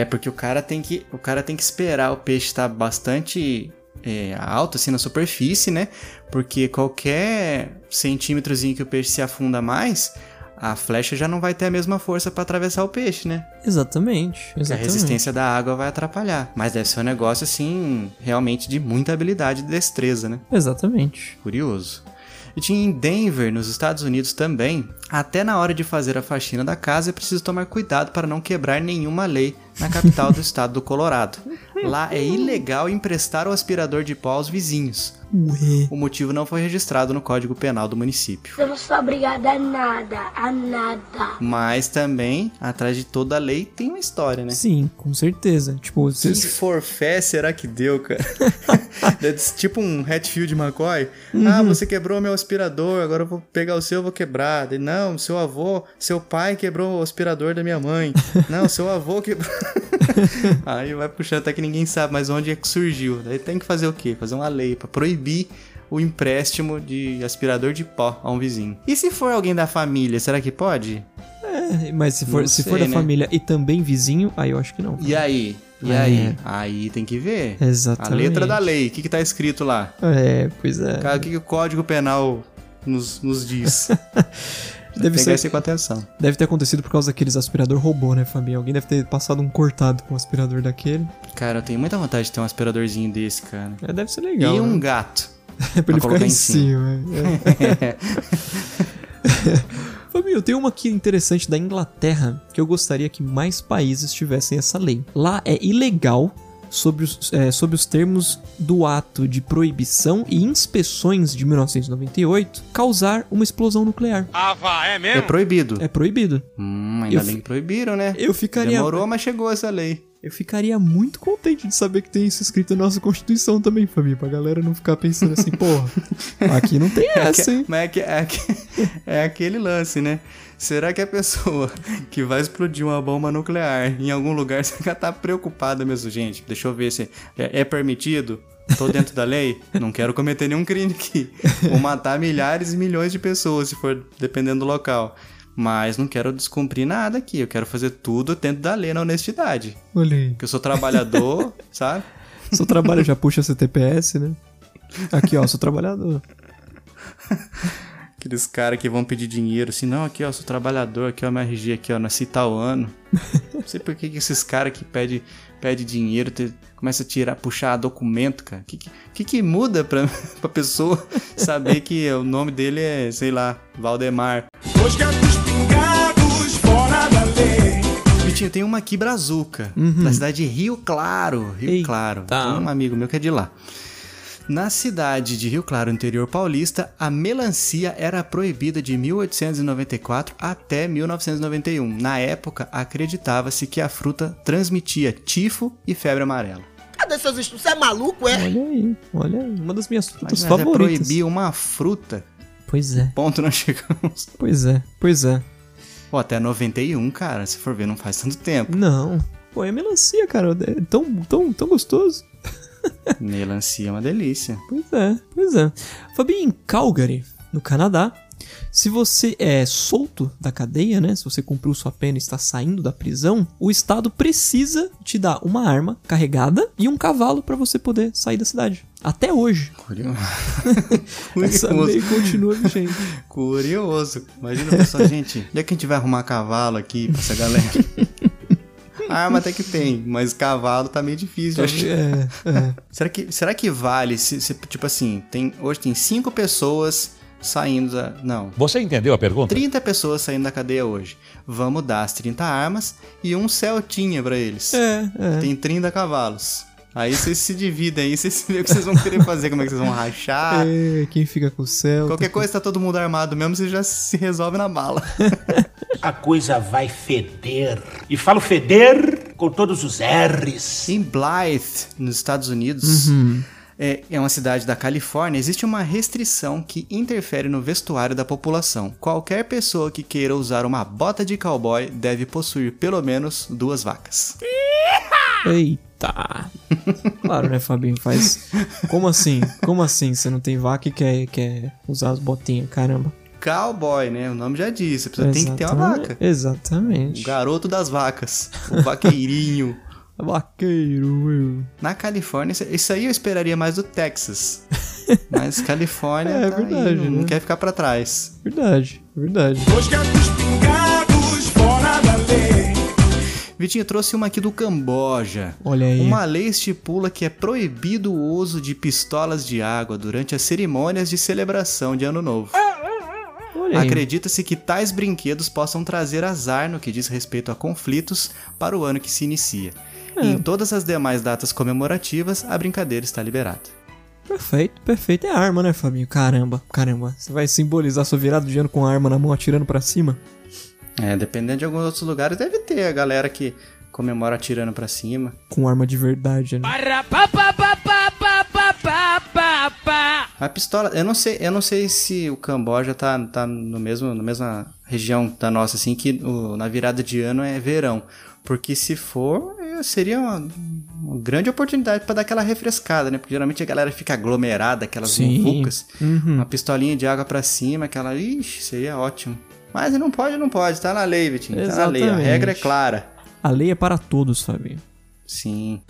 [SPEAKER 2] é, porque o cara tem que o cara tem que esperar o peixe estar bastante é, alto assim na superfície, né? Porque qualquer centímetrozinho que o peixe se afunda mais, a flecha já não vai ter a mesma força para atravessar o peixe, né?
[SPEAKER 3] Exatamente,
[SPEAKER 2] Porque é A
[SPEAKER 3] exatamente.
[SPEAKER 2] resistência da água vai atrapalhar. Mas deve ser um negócio assim realmente de muita habilidade e destreza, né?
[SPEAKER 3] Exatamente.
[SPEAKER 2] Curioso. E tinha em Denver, nos Estados Unidos também, até na hora de fazer a faxina da casa é preciso tomar cuidado para não quebrar nenhuma lei na capital do estado do Colorado. Lá é ilegal emprestar o aspirador de pó aos vizinhos.
[SPEAKER 3] Ué.
[SPEAKER 2] O motivo não foi registrado no Código Penal do município.
[SPEAKER 1] Eu não sou obrigada a nada, a nada.
[SPEAKER 2] Mas também, atrás de toda lei, tem uma história, né?
[SPEAKER 3] Sim, com certeza. Tipo, você.
[SPEAKER 2] Que forfé será que deu, cara? Deve ser tipo um Hatfield McCoy.
[SPEAKER 3] Uhum.
[SPEAKER 2] Ah, você quebrou meu aspirador, agora eu vou pegar o seu e vou quebrar. Daí, não, seu avô, seu pai quebrou o aspirador da minha mãe. Não, seu avô quebrou. Aí vai puxando até que ninguém sabe mais onde é que surgiu. Daí tem que fazer o quê? Fazer uma lei pra proibir o empréstimo de aspirador de pó a um vizinho. E se for alguém da família, será que pode?
[SPEAKER 3] É, mas se for,
[SPEAKER 2] Não
[SPEAKER 3] se
[SPEAKER 2] sei,
[SPEAKER 3] for da
[SPEAKER 2] né?
[SPEAKER 3] família e também vizinho, aí eu acho que não.
[SPEAKER 2] E aí? E
[SPEAKER 3] É.
[SPEAKER 2] aí? Aí tem que ver.
[SPEAKER 3] Exatamente.
[SPEAKER 2] A letra da lei, o que, que tá escrito lá?
[SPEAKER 3] É, pois é.
[SPEAKER 2] Cara, o que, que o Código Penal nos, nos diz?
[SPEAKER 3] Deve
[SPEAKER 2] Deve
[SPEAKER 3] ser-
[SPEAKER 2] ser isso aí com atenção.
[SPEAKER 3] Deve ter acontecido por causa daqueles aspirador robô, né, Fabinho? Alguém deve ter passado um cortado com um aspirador daquele.
[SPEAKER 2] Cara, eu tenho muita vontade de ter um aspiradorzinho desse, cara.
[SPEAKER 3] É, deve ser legal.
[SPEAKER 2] e um
[SPEAKER 3] né?
[SPEAKER 2] gato.
[SPEAKER 3] É pra ele ficar
[SPEAKER 2] colocar
[SPEAKER 3] em
[SPEAKER 2] em cima.
[SPEAKER 3] cima. é. Fabinho, tem uma aqui interessante da Inglaterra que eu gostaria que mais países tivessem essa lei. Lá é ilegal, sobre os, é, sobre os termos do ato de proibição e inspeções de 1998, causar uma explosão nuclear.
[SPEAKER 9] Ah, vá, é
[SPEAKER 2] É proibido.
[SPEAKER 3] É proibido.
[SPEAKER 2] Hum, ainda
[SPEAKER 3] Eu-
[SPEAKER 2] bem que proibiram, né?
[SPEAKER 3] Eu ficaria.
[SPEAKER 2] Demorou, mas chegou essa lei.
[SPEAKER 3] Eu ficaria muito contente de saber que tem isso escrito na nossa Constituição também, família. Pra galera não ficar pensando assim, porra, aqui não tem essa, hein?
[SPEAKER 2] Mas é, que- é que- é aquele lance, né? Será que a pessoa que vai explodir uma bomba nuclear em algum lugar, será que tá preocupada mesmo, gente? Deixa eu ver se é, é permitido? Tô dentro da lei? Não quero cometer nenhum crime aqui. Vou matar milhares e milhões de pessoas, se for dependendo do local. Mas não quero descumprir nada aqui. Eu quero fazer tudo dentro da lei, na honestidade.
[SPEAKER 3] Olha aí.
[SPEAKER 2] Porque eu sou trabalhador, sabe?
[SPEAKER 3] Seu trabalho já puxa CTPS, né? Aqui, ó, sou trabalhador.
[SPEAKER 2] Aqueles caras que vão pedir dinheiro assim, não, aqui ó, sou trabalhador, aqui ó, meu RG, aqui ó, nasci tal ano. Não sei por que que esses caras que pede, pede dinheiro te, começa a tirar, puxar documento, cara. O que, que, que que muda pra, pra pessoa saber que o nome dele é, sei lá, Valdemar?
[SPEAKER 7] Dois gatos pingados fora da lei.
[SPEAKER 2] Vitinho, tem uma aqui, Brazuca, da cidade de Rio Claro. Rio Claro. Tem um amigo meu que é de lá. Na cidade de Rio Claro, interior paulista, a melancia era proibida de 1894 até 1991. Na época, acreditava-se que a fruta transmitia tifo e febre amarela.
[SPEAKER 15] Cadê seus estudos? Você é maluco, é?
[SPEAKER 3] Olha aí, olha aí. Uma das minhas
[SPEAKER 2] Mas
[SPEAKER 3] frutas
[SPEAKER 2] nós é
[SPEAKER 3] favoritas.
[SPEAKER 2] proibir uma fruta.
[SPEAKER 3] Pois é.
[SPEAKER 2] Ponto, nós chegamos.
[SPEAKER 3] Pois é, pois é.
[SPEAKER 2] Pô, até 91, cara, se for ver, não faz tanto tempo.
[SPEAKER 3] Não. Pô, é melancia, cara. É tão, tão, tão gostoso.
[SPEAKER 2] Melancia é uma delícia.
[SPEAKER 3] Pois é, pois é. Fabinho, em Calgary, no Canadá, se você é solto da cadeia, né? Se você cumpriu sua pena e está saindo da prisão, o Estado precisa te dar uma arma carregada e um cavalo para você poder sair da cidade. Até hoje.
[SPEAKER 2] Curioso.
[SPEAKER 3] Essa lei continua vigente.
[SPEAKER 2] Curioso. Imagina pessoal, gente, onde é que a gente vai arrumar cavalo aqui pra essa galera? Arma até que tem, mas cavalo tá meio difícil. de achar.
[SPEAKER 3] É, é.
[SPEAKER 2] Será, que, será que vale se, se, tipo assim, tem, hoje tem cinco pessoas saindo da. Não.
[SPEAKER 4] Você entendeu a pergunta?
[SPEAKER 2] 30 pessoas saindo da cadeia hoje. Vamos dar as 30 armas e um Celtinha pra eles.
[SPEAKER 3] É, é.
[SPEAKER 2] Tem 30 cavalos. Aí vocês se dividem aí, vocês veem o que vocês vão querer fazer, como é que vocês vão rachar.
[SPEAKER 3] É, quem fica com o céu.
[SPEAKER 2] Qualquer coisa, tá todo mundo armado mesmo, você já se resolve na bala.
[SPEAKER 16] A coisa vai feder. E falo feder com todos os R's.
[SPEAKER 2] Em Blythe, nos Estados Unidos,
[SPEAKER 3] Uhum.
[SPEAKER 2] é, é uma cidade da Califórnia, existe uma restrição que interfere no vestuário da população. Qualquer pessoa que queira usar uma bota de cowboy deve possuir pelo menos duas vacas.
[SPEAKER 3] Eita! Claro, né, Fabinho? Faz. Como assim? Como assim? Você não tem vaca e quer, quer usar as botinhas? Caramba.
[SPEAKER 2] Cowboy, né? O nome já diz, você precisa- tem que ter uma
[SPEAKER 3] Exatamente-
[SPEAKER 2] vaca.
[SPEAKER 3] Exatamente.
[SPEAKER 2] O garoto das vacas. O vaqueirinho.
[SPEAKER 3] Vaqueiro, eu.
[SPEAKER 2] Na Califórnia, isso- isso aí eu esperaria mais do Texas. Mas Califórnia
[SPEAKER 3] É,
[SPEAKER 2] tá aí,
[SPEAKER 3] verdade,
[SPEAKER 2] não, não
[SPEAKER 3] né?
[SPEAKER 2] quer ficar pra trás.
[SPEAKER 3] Verdade, verdade.
[SPEAKER 2] Vitinho trouxe uma aqui do Camboja.
[SPEAKER 3] Olha aí.
[SPEAKER 2] Uma lei estipula que é proibido o uso de pistolas de água durante as cerimônias de celebração de Ano Novo.
[SPEAKER 3] Olha aí.
[SPEAKER 2] Acredita-se que tais brinquedos possam trazer azar no que diz respeito a conflitos para o ano que se inicia.
[SPEAKER 3] É.
[SPEAKER 2] Em todas as demais datas comemorativas, a brincadeira está liberada.
[SPEAKER 3] Perfeito, perfeito. É arma, né, Fabinho? Caramba, caramba. Você vai simbolizar sua virada de ano com a arma na mão atirando pra cima?
[SPEAKER 2] É, dependendo de alguns outros lugares, deve ter a galera que comemora atirando pra cima.
[SPEAKER 3] Com arma de verdade, né?
[SPEAKER 2] A pistola, eu não sei, eu não sei se o Camboja tá, tá no mesmo, na mesma região da nossa, assim, que o- na virada de ano é verão. Porque se for, é, seria uma, uma grande oportunidade pra dar aquela refrescada, né? Porque geralmente a galera fica aglomerada, aquelas
[SPEAKER 3] Sim.
[SPEAKER 2] muvucas.
[SPEAKER 3] Uhum.
[SPEAKER 2] Uma pistolinha de água pra cima, aquela. Ixi, seria ótimo. Mas não pode, não pode, tá na lei, Vitinho. Tá na lei.
[SPEAKER 3] Exatamente.
[SPEAKER 2] A regra é clara.
[SPEAKER 3] A lei é para todos, Fabinho.
[SPEAKER 2] Sim.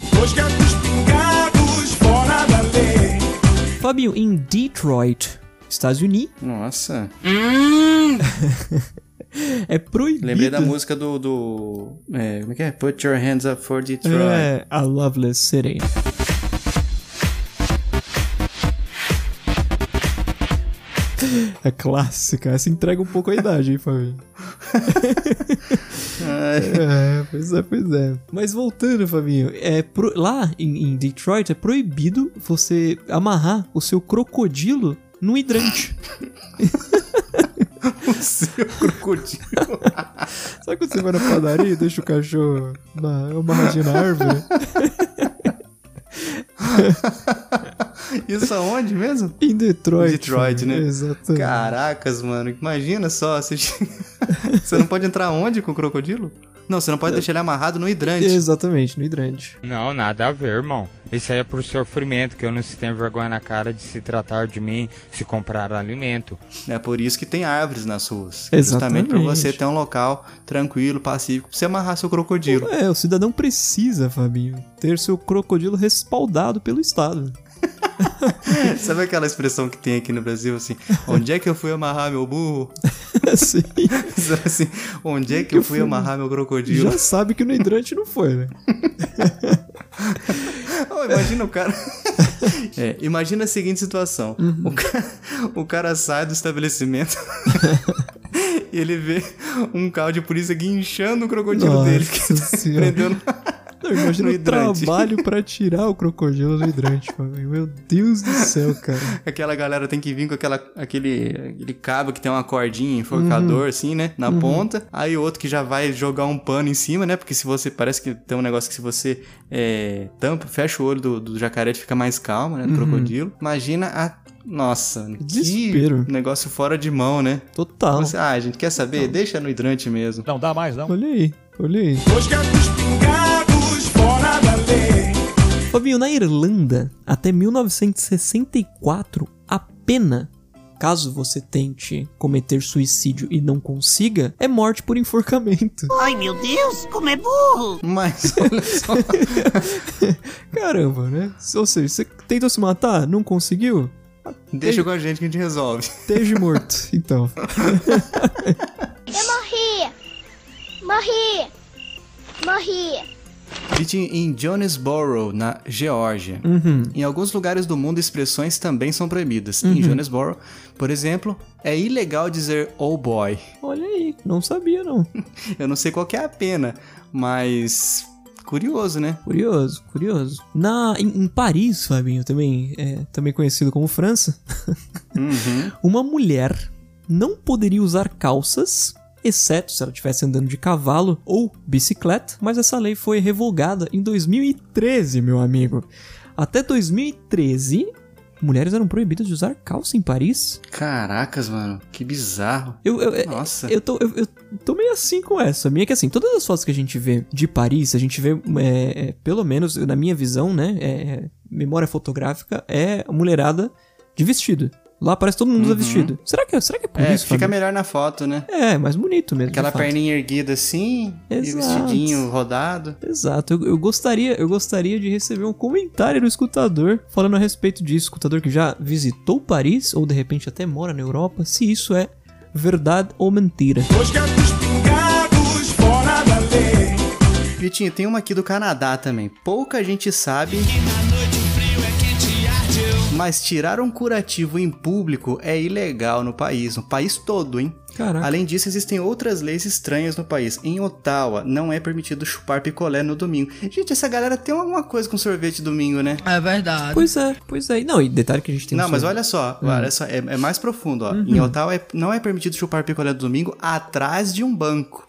[SPEAKER 3] Fabinho, em Detroit, Estados Unidos.
[SPEAKER 2] Nossa.
[SPEAKER 3] é proibido.
[SPEAKER 2] Lembrei da música do. do é, como é que é? Put Your Hands Up for Detroit.
[SPEAKER 3] É, a Loveless City. É clássica. Essa entrega um pouco a idade, hein, Fabinho? é, pois é, pois é. Mas voltando, Fabinho, é pro- lá em, em Detroit é proibido você amarrar o seu crocodilo num hidrante.
[SPEAKER 2] o seu crocodilo.
[SPEAKER 3] Sabe quando você vai na padaria e deixa o cachorro na, amarradinho na árvore?
[SPEAKER 2] Isso aonde mesmo?
[SPEAKER 3] Em Detroit.
[SPEAKER 2] Detroit, né?
[SPEAKER 3] Exatamente.
[SPEAKER 2] Caracas, mano. Imagina só. Você, chega- você não pode entrar onde com o crocodilo? Não, você não pode deixar ele amarrado no hidrante.
[SPEAKER 3] Exatamente, no hidrante.
[SPEAKER 17] Não, nada a ver, irmão. Isso aí é pro sofrimento, que eu não se tenho vergonha na cara de se tratar de mim, se comprar alimento.
[SPEAKER 2] É por isso que tem árvores nas ruas. é Justamente
[SPEAKER 3] Exatamente.
[SPEAKER 2] pra você ter um local tranquilo, pacífico, pra você amarrar seu crocodilo.
[SPEAKER 3] É, o cidadão precisa, Fabinho, ter seu crocodilo respaldado pelo Estado.
[SPEAKER 2] Sabe aquela expressão que tem aqui no Brasil assim? Onde é que eu fui amarrar meu burro?
[SPEAKER 3] Sim.
[SPEAKER 2] Sabe assim, onde é que eu fui amarrar meu crocodilo?
[SPEAKER 3] Já sabe que no hidrante não foi, né?
[SPEAKER 2] Oh, imagina o cara. É, Uhum. imagina a seguinte situação: o, cara, o cara sai do estabelecimento e ele vê um carro de polícia guinchando o crocodilo
[SPEAKER 3] Nossa
[SPEAKER 2] dele que tá
[SPEAKER 3] Senhora.
[SPEAKER 2] prendeu no,
[SPEAKER 3] Não, imagina
[SPEAKER 2] no
[SPEAKER 3] o
[SPEAKER 2] hidrante.
[SPEAKER 3] trabalho pra tirar o crocodilo do hidrante, Fabinho. Meu Deus do céu, cara.
[SPEAKER 2] Aquela galera tem que vir com aquela, aquele, aquele cabo que tem uma cordinha, enforcador, assim, né? Na
[SPEAKER 3] Uhum.
[SPEAKER 2] ponta. Aí outro que já vai jogar um pano em cima, né? Porque se você. Parece que tem um negócio que se você é, tampa, fecha o olho do, do jacaré, ele fica mais calmo, né? Do
[SPEAKER 3] Uhum.
[SPEAKER 2] crocodilo. Imagina a. Nossa,
[SPEAKER 3] Desespero.
[SPEAKER 2] que negócio fora de mão, né?
[SPEAKER 3] Total.
[SPEAKER 2] Você- ah, gente, quer saber? Deixa no hidrante mesmo.
[SPEAKER 4] Não dá mais, não.
[SPEAKER 3] Olha aí, olha aí. Fabinho, na Irlanda, até 1964, a pena, caso você tente cometer suicídio e não consiga, é morte por enforcamento.
[SPEAKER 15] Ai, meu Deus, como é burro!
[SPEAKER 2] Mas olha só.
[SPEAKER 3] Caramba, né? Ou seja, você tentou se matar, não conseguiu?
[SPEAKER 2] Deixa com a gente que a gente resolve.
[SPEAKER 3] Esteja morto, então.
[SPEAKER 1] Eu morri! Morri! Morri!
[SPEAKER 2] Vitinho, em Jonesboro, na Geórgia. Em alguns lugares do mundo, expressões também são proibidas. Em
[SPEAKER 3] Uhum.
[SPEAKER 2] Jonesboro, por exemplo, é ilegal dizer oh boy.
[SPEAKER 3] Olha aí, não sabia não.
[SPEAKER 2] Eu não sei qual que é a pena, mas Curioso, né?
[SPEAKER 3] Curioso, curioso. Na, em, em Paris, Fabinho, também, é, também conhecido como França, uma mulher não poderia usar calças, exceto se ela estivesse andando de cavalo ou bicicleta, mas essa lei foi revogada em 2013, meu amigo. Até 2013, mulheres eram proibidas de usar calça em Paris.
[SPEAKER 2] Caracas, mano, que bizarro.
[SPEAKER 3] Eu, eu-
[SPEAKER 2] Nossa.
[SPEAKER 3] Eu tô, eu, eu tô meio assim com essa. A minha é que assim, todas as fotos que a gente vê de Paris, a gente vê, é, é, pelo menos na minha visão, né? é, é, memória fotográfica é a mulherada de vestido. Lá parece todo mundo usa
[SPEAKER 2] Uhum.
[SPEAKER 3] vestido. Será que, será que é por
[SPEAKER 2] É,
[SPEAKER 3] isso?
[SPEAKER 2] fica
[SPEAKER 3] Fábio?
[SPEAKER 2] melhor na foto, né?
[SPEAKER 3] É, mais bonito mesmo. de
[SPEAKER 2] Aquela
[SPEAKER 3] fato.
[SPEAKER 2] perninha erguida assim, e o
[SPEAKER 3] Exato.
[SPEAKER 2] vestidinho rodado.
[SPEAKER 3] Exato, eu, eu gostaria, eu gostaria de receber um comentário do escutador falando a respeito disso. Escutador que já visitou Paris ou de repente até mora na Europa, se isso é verdade ou mentira.
[SPEAKER 7] Dois gatos pingados fora da lei.
[SPEAKER 2] Vitinho, tem uma aqui do Canadá também. Pouca gente sabe. Mas tirar um curativo em público é ilegal no país, no país todo, hein?
[SPEAKER 3] Caraca.
[SPEAKER 2] Além disso, existem outras leis estranhas no país. Em Ottawa, não é permitido chupar picolé no domingo. Gente, essa galera tem alguma coisa com sorvete domingo, né?
[SPEAKER 3] É verdade. Pois é, pois é. Não, e detalhe que a gente tem
[SPEAKER 2] Não,
[SPEAKER 3] um
[SPEAKER 2] mas
[SPEAKER 3] sorvete.
[SPEAKER 2] olha só,
[SPEAKER 3] Hum.
[SPEAKER 2] olha só é, é mais profundo, ó.
[SPEAKER 3] Uhum.
[SPEAKER 2] Em Ottawa, é- não é permitido chupar picolé no domingo atrás de um banco.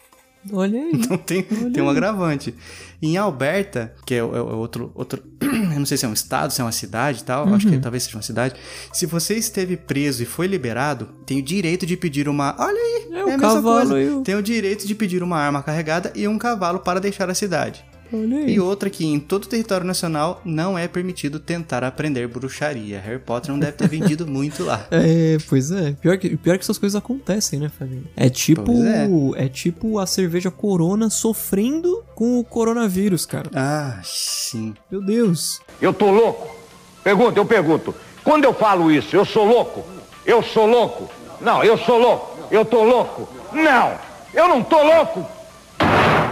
[SPEAKER 3] Olha aí.
[SPEAKER 2] Então tem, tem um
[SPEAKER 3] aí.
[SPEAKER 2] agravante. Em Alberta, que é, o- é o outro, outro. Eu não sei se é um estado, se é uma cidade e tal. Acho que
[SPEAKER 3] Uhum.
[SPEAKER 2] talvez seja uma cidade. Se você esteve preso e foi liberado, tem o direito de pedir uma. Olha aí! né,
[SPEAKER 3] É, o cavalo e o-
[SPEAKER 2] Tem o direito de pedir uma arma carregada e um cavalo para deixar a cidade.
[SPEAKER 3] Olha aí.
[SPEAKER 2] E outra que em todo o território nacional não é permitido tentar aprender bruxaria. Harry Potter não deve ter vendido muito lá.
[SPEAKER 3] É, pois é. Pior que, pior que essas coisas acontecem, né, Fabinho? É tipo.
[SPEAKER 2] Pois
[SPEAKER 3] É. tipo a cerveja Corona sofrendo com o coronavírus, cara.
[SPEAKER 2] Ah, sim.
[SPEAKER 3] Meu Deus.
[SPEAKER 18] Eu tô louco? Pergunta, eu pergunto. Quando eu falo isso, eu sou louco? Eu sou louco? Não, eu sou louco. Eu tô louco? Não, eu não tô louco.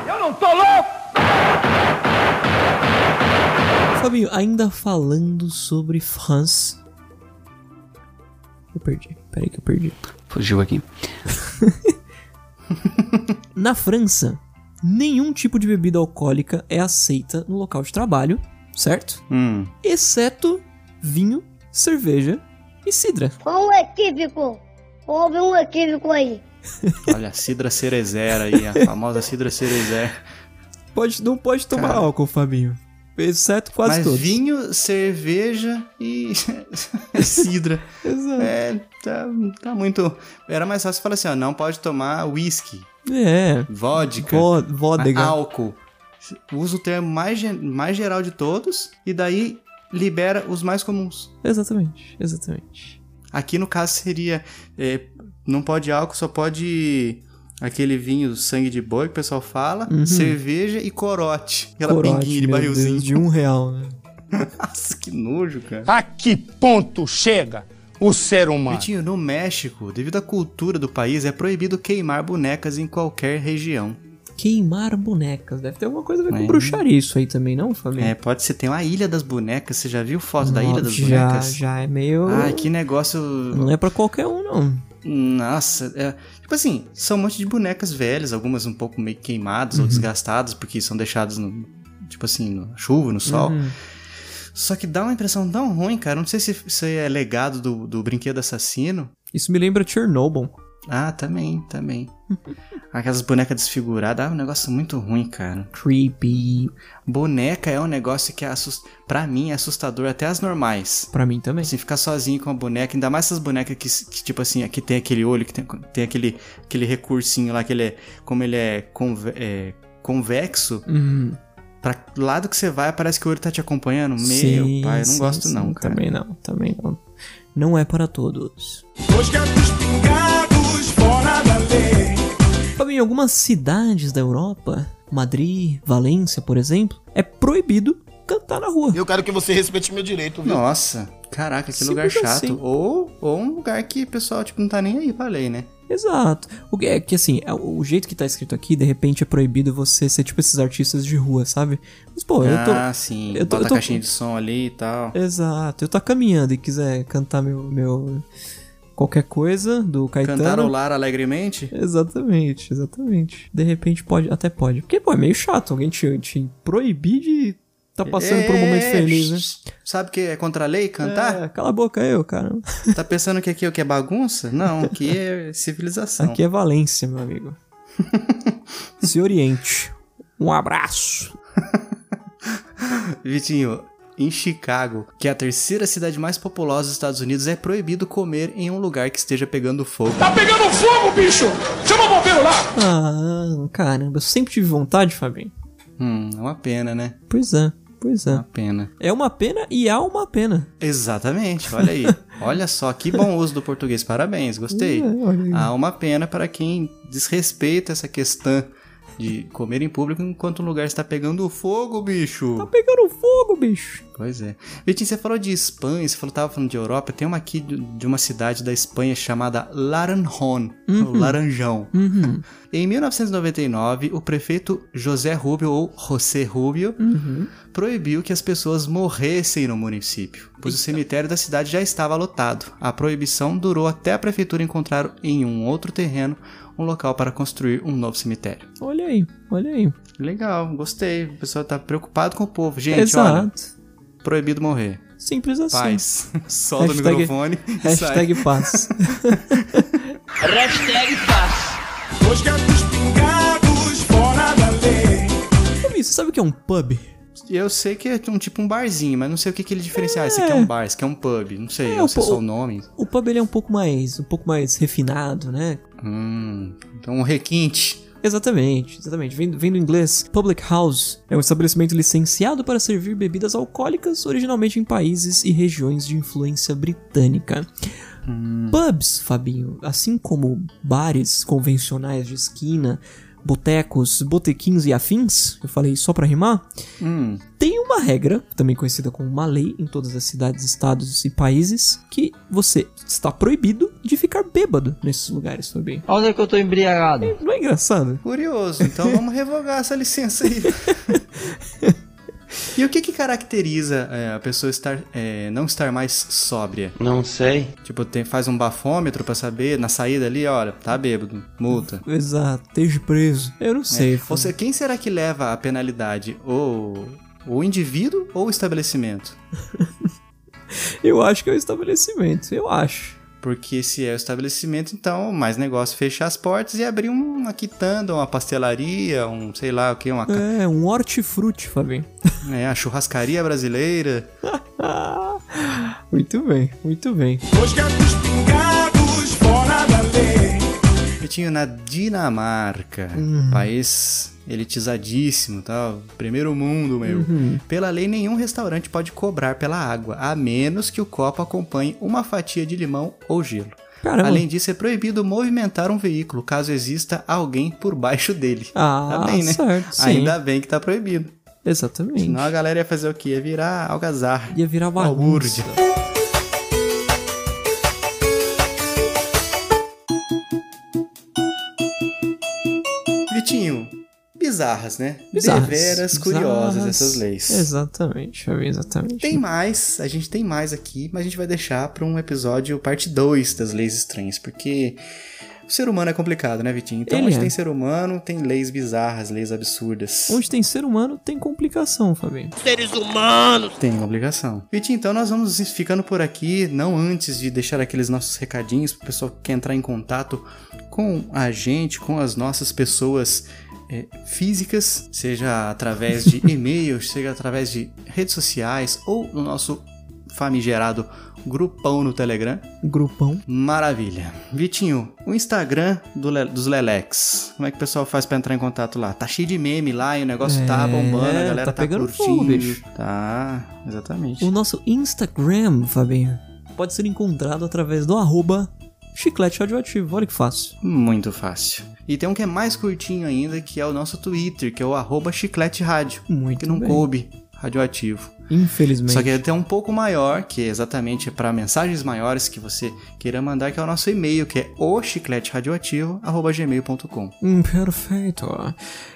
[SPEAKER 18] Eu não tô louco.
[SPEAKER 3] Fabinho, ainda falando sobre France. Eu perdi. Peraí que eu perdi.
[SPEAKER 8] Fugiu aqui.
[SPEAKER 3] Na França, nenhum tipo de bebida alcoólica é aceita no local de trabalho, certo? Exceto vinho, cerveja e cidra.
[SPEAKER 1] Olha um equívoco. Houve um equívoco aí.
[SPEAKER 2] Olha, a Cidra Cerezera aí, a famosa Cidra Cerezera.
[SPEAKER 3] Pode, não pode tomar álcool, Fabinho. Exceto quase
[SPEAKER 2] Mas
[SPEAKER 3] todos.
[SPEAKER 2] vinho, cerveja e cidra.
[SPEAKER 3] Exato.
[SPEAKER 2] É, tá, tá muito... Era mais fácil falar assim, ó, não pode tomar whisky,
[SPEAKER 3] É.
[SPEAKER 2] vodka,
[SPEAKER 3] Vo- vodega.
[SPEAKER 2] álcool. Usa o termo mais, gen- mais geral de todos e daí libera os mais comuns.
[SPEAKER 3] Exatamente, exatamente.
[SPEAKER 2] Aqui no caso seria, é, não pode álcool, só pode... Aquele vinho sangue de boi que o pessoal fala,
[SPEAKER 3] Uhum.
[SPEAKER 2] cerveja e corote. Aquela
[SPEAKER 3] Corote,
[SPEAKER 2] pinguinha de
[SPEAKER 3] meu
[SPEAKER 2] barrilzinho.
[SPEAKER 3] Deus, de um real, né?
[SPEAKER 2] Nossa, que nojo, cara.
[SPEAKER 7] A que ponto chega o ser humano?
[SPEAKER 2] Vitinho, no México, devido à cultura do país, é proibido queimar bonecas em qualquer região.
[SPEAKER 3] Queimar bonecas. Deve ter alguma coisa a ver com
[SPEAKER 2] É.
[SPEAKER 3] bruxaria isso aí também, não, Fabinho?
[SPEAKER 2] É, pode ser. Tem uma Ilha das Bonecas. Você já viu foto da Ilha
[SPEAKER 3] Nossa,
[SPEAKER 2] das
[SPEAKER 3] já,
[SPEAKER 2] Bonecas?
[SPEAKER 3] já é meio...
[SPEAKER 2] Ai, que negócio...
[SPEAKER 3] Não é pra qualquer um, não.
[SPEAKER 2] Nossa, é- tipo assim, são um monte de bonecas velhas, algumas um pouco meio queimadas ou
[SPEAKER 3] Uhum.
[SPEAKER 2] desgastadas, porque são deixadas no, tipo assim, na chuva, no sol.
[SPEAKER 3] Uhum.
[SPEAKER 2] Só que dá uma impressão tão ruim, cara. Não sei se isso aí é legado do, do brinquedo assassino.
[SPEAKER 3] Isso me lembra Chernobyl.
[SPEAKER 2] Ah, também, também. Aquelas bonecas desfiguradas, ah, um negócio muito ruim, cara.
[SPEAKER 3] Creepy.
[SPEAKER 2] Boneca é um negócio que é assust... pra mim é assustador, até as normais.
[SPEAKER 3] Pra mim também.
[SPEAKER 2] Assim, ficar sozinho com uma boneca, ainda mais essas bonecas que, s- que, tipo assim, que tem aquele olho, que tem, tem aquele, aquele recursinho lá, que ele é, como ele é, conve- é, convexo,
[SPEAKER 3] Uhum.
[SPEAKER 2] pra lado que você vai, parece que o olho tá te acompanhando. Meu
[SPEAKER 3] Sim,
[SPEAKER 2] pai, eu não
[SPEAKER 3] sim,
[SPEAKER 2] gosto
[SPEAKER 3] sim,
[SPEAKER 2] não, cara.
[SPEAKER 3] Também não, também não. Não é para todos.
[SPEAKER 7] Dois gatos pingados fora da lei.
[SPEAKER 3] Fabinho, em algumas cidades da Europa, Madrid, Valência, por exemplo, é proibido cantar na rua.
[SPEAKER 19] Eu quero que você respeite meu direito, viu?
[SPEAKER 2] Nossa, caraca, que
[SPEAKER 3] Simples
[SPEAKER 2] lugar chato.
[SPEAKER 3] assim.
[SPEAKER 2] Ou, ou um lugar que o pessoal, tipo, não tá nem aí pra lei, né?
[SPEAKER 3] Exato. O que é que assim, é o o jeito que tá escrito aqui, de repente é proibido você ser tipo esses artistas de rua, sabe? Mas pô, eu tô
[SPEAKER 2] Ah, sim.
[SPEAKER 3] eu tô-
[SPEAKER 2] Bota
[SPEAKER 3] eu tô-
[SPEAKER 2] a caixinha de som ali e tal.
[SPEAKER 3] Exato. Eu tô caminhando e quiser cantar meu meu qualquer coisa do Caetano.
[SPEAKER 2] Cantarolar alegremente?
[SPEAKER 3] Exatamente, exatamente. De repente pode, até pode. Porque, pô, é meio chato alguém te, te proibir de tá passando por um momento
[SPEAKER 2] É,
[SPEAKER 3] feliz, né?
[SPEAKER 2] Sabe que é contra a lei cantar?
[SPEAKER 3] É, cala a boca eu, cara.
[SPEAKER 2] Tá pensando que aqui é o que é bagunça? Não, aqui é civilização.
[SPEAKER 3] Aqui é Valência, meu amigo. Se oriente. Um abraço.
[SPEAKER 2] Vitinho, em Chicago, que é a terceira cidade mais populosa dos Estados Unidos, é proibido comer em um lugar que esteja pegando fogo.
[SPEAKER 7] Tá pegando fogo, bicho! Chama o
[SPEAKER 6] tá
[SPEAKER 7] bombeiro lá!
[SPEAKER 3] Ah, caramba, eu sempre tive vontade, Fabinho.
[SPEAKER 2] Hum, é uma pena, né?
[SPEAKER 3] Pois é, pois é.
[SPEAKER 2] Uma pena.
[SPEAKER 3] É uma pena e há uma pena.
[SPEAKER 2] Exatamente, olha aí. olha só, que bom uso do português, parabéns, gostei. Ah.
[SPEAKER 3] É, olha aí.
[SPEAKER 2] Há uma pena para quem desrespeita essa questão de comer em público enquanto o lugar está pegando fogo, bicho.
[SPEAKER 3] Tá pegando fogo, bicho.
[SPEAKER 2] Pois é. Vitinho, você falou de Espanha, você falou, tava falando de Europa. Tem uma aqui de de uma cidade da Espanha chamada Laranjon, ou
[SPEAKER 3] Uhum.
[SPEAKER 2] Laranjão.
[SPEAKER 3] Uhum.
[SPEAKER 2] Em 1999, o prefeito José Rubio, ou José Rubio,
[SPEAKER 3] Uhum.
[SPEAKER 2] proibiu que as pessoas morressem no município, pois o cemitério da cidade já estava lotado. A proibição durou até a prefeitura encontrar em um outro terreno um local para construir um novo cemitério.
[SPEAKER 3] Olha aí, olha aí.
[SPEAKER 2] Legal, gostei. O pessoal tá preocupado com o povo. Gente,
[SPEAKER 3] Exato.
[SPEAKER 2] olha, proibido morrer.
[SPEAKER 3] Simples assim.
[SPEAKER 2] Paz. Solta o microfone e
[SPEAKER 3] Hashtag
[SPEAKER 2] sai.
[SPEAKER 3] paz.
[SPEAKER 7] Hashtag paz. Dois gatos é pingados fora da lei.
[SPEAKER 3] Fabinho, você sabe o que é um pub?
[SPEAKER 2] Eu sei que é um tipo um barzinho, mas não sei o que, que ele diferencia. Ah, esse aqui é um bar, esse aqui é um pub. Não sei,
[SPEAKER 3] É,
[SPEAKER 2] eu
[SPEAKER 3] o
[SPEAKER 2] sei
[SPEAKER 3] pu-
[SPEAKER 2] só o nome.
[SPEAKER 3] O pub ele é um pouco mais, um pouco mais refinado, né?
[SPEAKER 2] Hum, então um requinte.
[SPEAKER 3] Exatamente, exatamente. Vem, vem do inglês, Public House é um estabelecimento licenciado para servir bebidas alcoólicas originalmente em países e regiões de influência britânica. Pubs, Fabinho, assim como bares convencionais de esquina, botecos, botequins e afins, eu falei só pra rimar,
[SPEAKER 2] Hum,
[SPEAKER 3] tem uma regra, também conhecida como uma lei em todas as cidades, estados e países, que você está proibido de ficar bêbado nesses lugares, Fabinho.
[SPEAKER 8] Onde é que eu tô embriagado?
[SPEAKER 3] Não é engraçado?
[SPEAKER 2] curioso. Então vamos revogar essa licença aí. E o que, que caracteriza é, a pessoa estar, é, não estar mais sóbria?
[SPEAKER 12] Não sei.
[SPEAKER 2] Tipo, tem, faz um bafômetro pra saber na saída ali, olha, tá bêbado, multa.
[SPEAKER 3] Exato, esteja preso. Eu não sei.
[SPEAKER 2] É. Ou seja, quem será que leva a penalidade? Ou o indivíduo ou o estabelecimento?
[SPEAKER 3] Eu acho que é o estabelecimento, eu acho.
[SPEAKER 2] Porque se é o estabelecimento, então mais negócio fechar as portas e abrir um- uma quitanda, uma pastelaria, um sei lá o que, uma, ca-
[SPEAKER 3] É, um hortifruti, Fabinho.
[SPEAKER 2] é, a churrascaria brasileira.
[SPEAKER 3] Ah, Muito bem, muito bem.
[SPEAKER 7] Dois gatos é pingados fora da lei.
[SPEAKER 2] Vitinho, na Dinamarca, país elitizadíssimo, tal, primeiro mundo, meu.
[SPEAKER 3] Uhum.
[SPEAKER 2] Pela lei, nenhum restaurante pode cobrar pela água, a menos que o copo acompanhe uma fatia de limão ou gelo.
[SPEAKER 3] Caramba.
[SPEAKER 2] Além disso, é proibido movimentar um veículo caso exista alguém por baixo dele.
[SPEAKER 3] Ah,
[SPEAKER 2] tá bem, né?
[SPEAKER 3] certo, sim.
[SPEAKER 2] Ainda bem que tá proibido.
[SPEAKER 3] Exatamente.
[SPEAKER 2] Senão a galera ia fazer o quê? Ia virar algazarra.
[SPEAKER 3] Ia virar bagunça.
[SPEAKER 2] Balbúrdia. Vitinho, bizarras, né?
[SPEAKER 3] Bizarras,
[SPEAKER 2] Deveras
[SPEAKER 3] bizarras.
[SPEAKER 2] curiosas essas leis.
[SPEAKER 3] Exatamente, Fabinho, exatamente.
[SPEAKER 2] Tem mais, a gente tem mais aqui, mas a gente vai deixar pra um episódio parte 2 das leis estranhas, porque o ser humano é complicado, né, Vitinho? Então,
[SPEAKER 3] Ele
[SPEAKER 2] onde
[SPEAKER 3] é. Um
[SPEAKER 2] tem ser humano, tem leis bizarras, leis absurdas.
[SPEAKER 3] Onde tem ser humano, tem complicação, Fabinho.
[SPEAKER 7] Seres humanos.
[SPEAKER 2] Tem complicação. Vitinho, então nós vamos ficando por aqui, não antes de deixar aqueles nossos recadinhos pro pessoal que quer entrar em contato com a gente, com as nossas pessoas é, físicas, seja através de e-mail, seja através de redes sociais ou no nosso famigerado grupão no Telegram.
[SPEAKER 3] Grupão.
[SPEAKER 2] Maravilha. Vitinho, o Instagram do Le- dos Lelex. Como é que o pessoal faz pra entrar em contato lá? Tá cheio de meme lá e o negócio tá
[SPEAKER 3] É,
[SPEAKER 2] bombando, a galera
[SPEAKER 3] tá
[SPEAKER 2] tá,
[SPEAKER 3] pegando
[SPEAKER 2] curtindo.
[SPEAKER 3] fogo, bicho.
[SPEAKER 2] Tá, exatamente.
[SPEAKER 3] O nosso Instagram, Fabinho, pode ser encontrado através do arroba chiclete radioativo. Olha que fácil.
[SPEAKER 2] Muito fácil. E tem um que é mais curtinho ainda, que é o nosso Twitter, que é o arroba chiclete rádio,
[SPEAKER 3] Muito
[SPEAKER 2] que não
[SPEAKER 3] bem.
[SPEAKER 2] coube radioativo.
[SPEAKER 3] Infelizmente.
[SPEAKER 2] Só que até um pouco maior, que é exatamente para mensagens maiores que você queira mandar, que é o nosso e-mail, que é o chicleteradioativo.gmail.com.
[SPEAKER 3] Hum, Perfeito.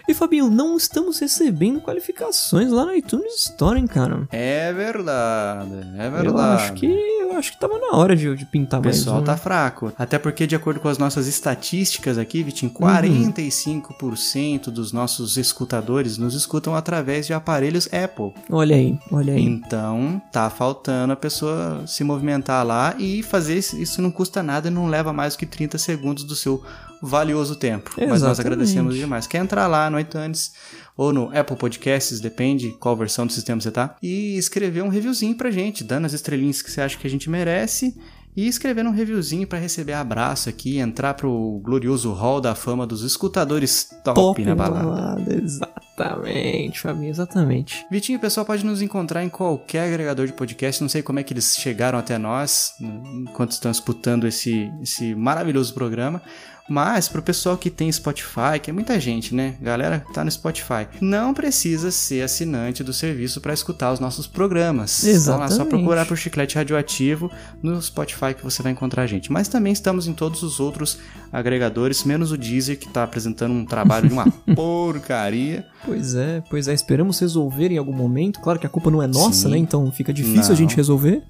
[SPEAKER 3] E Fabinho, não estamos recebendo qualificações lá no iTunes Store, hein, cara?
[SPEAKER 2] É verdade, é verdade.
[SPEAKER 3] Eu acho que eu acho que tava na hora de, de pintar
[SPEAKER 2] O
[SPEAKER 3] mais
[SPEAKER 2] pessoal
[SPEAKER 3] um.
[SPEAKER 2] tá fraco. Até porque, de acordo com as nossas estatísticas aqui, Vitinho,
[SPEAKER 3] Uhum.
[SPEAKER 2] 45% dos nossos escutadores nos escutam através de aparelhos Apple.
[SPEAKER 3] né? Olha aí, olha aí.
[SPEAKER 2] Então, tá faltando a pessoa se movimentar lá e fazer isso isso não custa nada e não leva mais que 30 segundos do seu valioso tempo. Mas nós
[SPEAKER 3] Exatamente.
[SPEAKER 2] agradecemos demais. Quer entrar lá no iTunes ou no Apple Podcasts, depende qual versão do sistema você tá, e escrever um reviewzinho pra gente, dando as estrelinhas que você acha que a gente merece. E escrever um reviewzinho pra receber abraço aqui, entrar pro glorioso hall da fama dos escutadores top, na balada.
[SPEAKER 3] Exatamente, Fabinho, exatamente.
[SPEAKER 2] Vitinho, o pessoal pode nos encontrar em qualquer agregador de podcast. Não sei como é que eles chegaram até nós né, enquanto estão disputando esse, esse maravilhoso programa. Mas pro pessoal que tem Spotify, que é muita gente, né? Galera que tá no Spotify, não precisa ser assinante do serviço para escutar os nossos programas. Então, lá, só
[SPEAKER 3] Exatamente.
[SPEAKER 2] procurar por Chiclete Radioativo no Spotify que você vai encontrar a gente. Mas também estamos em todos os outros agregadores, menos o Deezer que tá apresentando um trabalho de uma porcaria.
[SPEAKER 3] Pois é, pois é, esperamos resolver em algum momento. Claro que a culpa não é nossa,
[SPEAKER 2] Sim.
[SPEAKER 3] né? Então fica difícil
[SPEAKER 2] Não.
[SPEAKER 3] a gente resolver.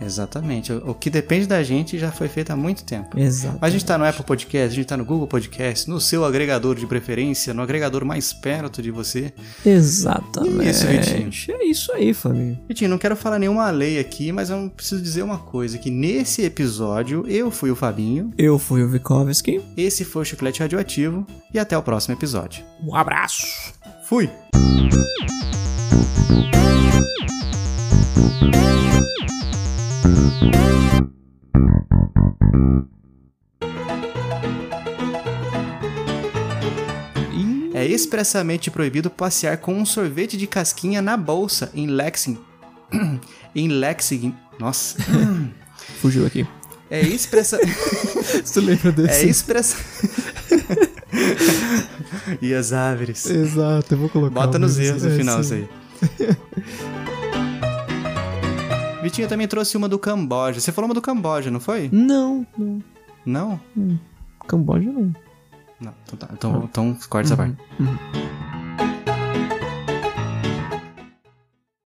[SPEAKER 2] Exatamente. O o que depende da gente já foi feito há muito tempo.
[SPEAKER 3] Exato.
[SPEAKER 2] A gente tá no Apple Podcast, a gente tá no Google Podcast, no seu agregador de preferência, no agregador mais perto de você.
[SPEAKER 3] Exatamente.
[SPEAKER 2] E é isso, Vitinho.
[SPEAKER 3] É isso aí, Fabinho.
[SPEAKER 2] Vitinho, não quero falar nenhuma lei aqui, mas eu preciso dizer uma coisa, que nesse episódio eu fui o Fabinho,
[SPEAKER 3] Eu fui o Vikovski.
[SPEAKER 2] esse foi o Chiclete Radioativo e até o próximo episódio.
[SPEAKER 3] Um abraço.
[SPEAKER 2] Fui! É expressamente proibido passear com um sorvete de casquinha na bolsa em Lexington. em Lexington. Nossa.
[SPEAKER 3] Fugiu aqui.
[SPEAKER 2] É expressa.
[SPEAKER 3] Você lembra
[SPEAKER 2] É
[SPEAKER 3] desse?
[SPEAKER 2] expressa. e as árvores.
[SPEAKER 3] Exato, eu vou colocar.
[SPEAKER 2] Bota nos
[SPEAKER 3] mesmo.
[SPEAKER 2] erros no
[SPEAKER 3] É,
[SPEAKER 2] final isso
[SPEAKER 3] sim.
[SPEAKER 2] aí. Vitinho eu também trouxe uma do Camboja. Você falou uma do Camboja, não foi?
[SPEAKER 3] Não, não.
[SPEAKER 2] Não?
[SPEAKER 3] Camboja não.
[SPEAKER 2] Não. Então, tá. então, então corta essa parte.
[SPEAKER 3] Uhum.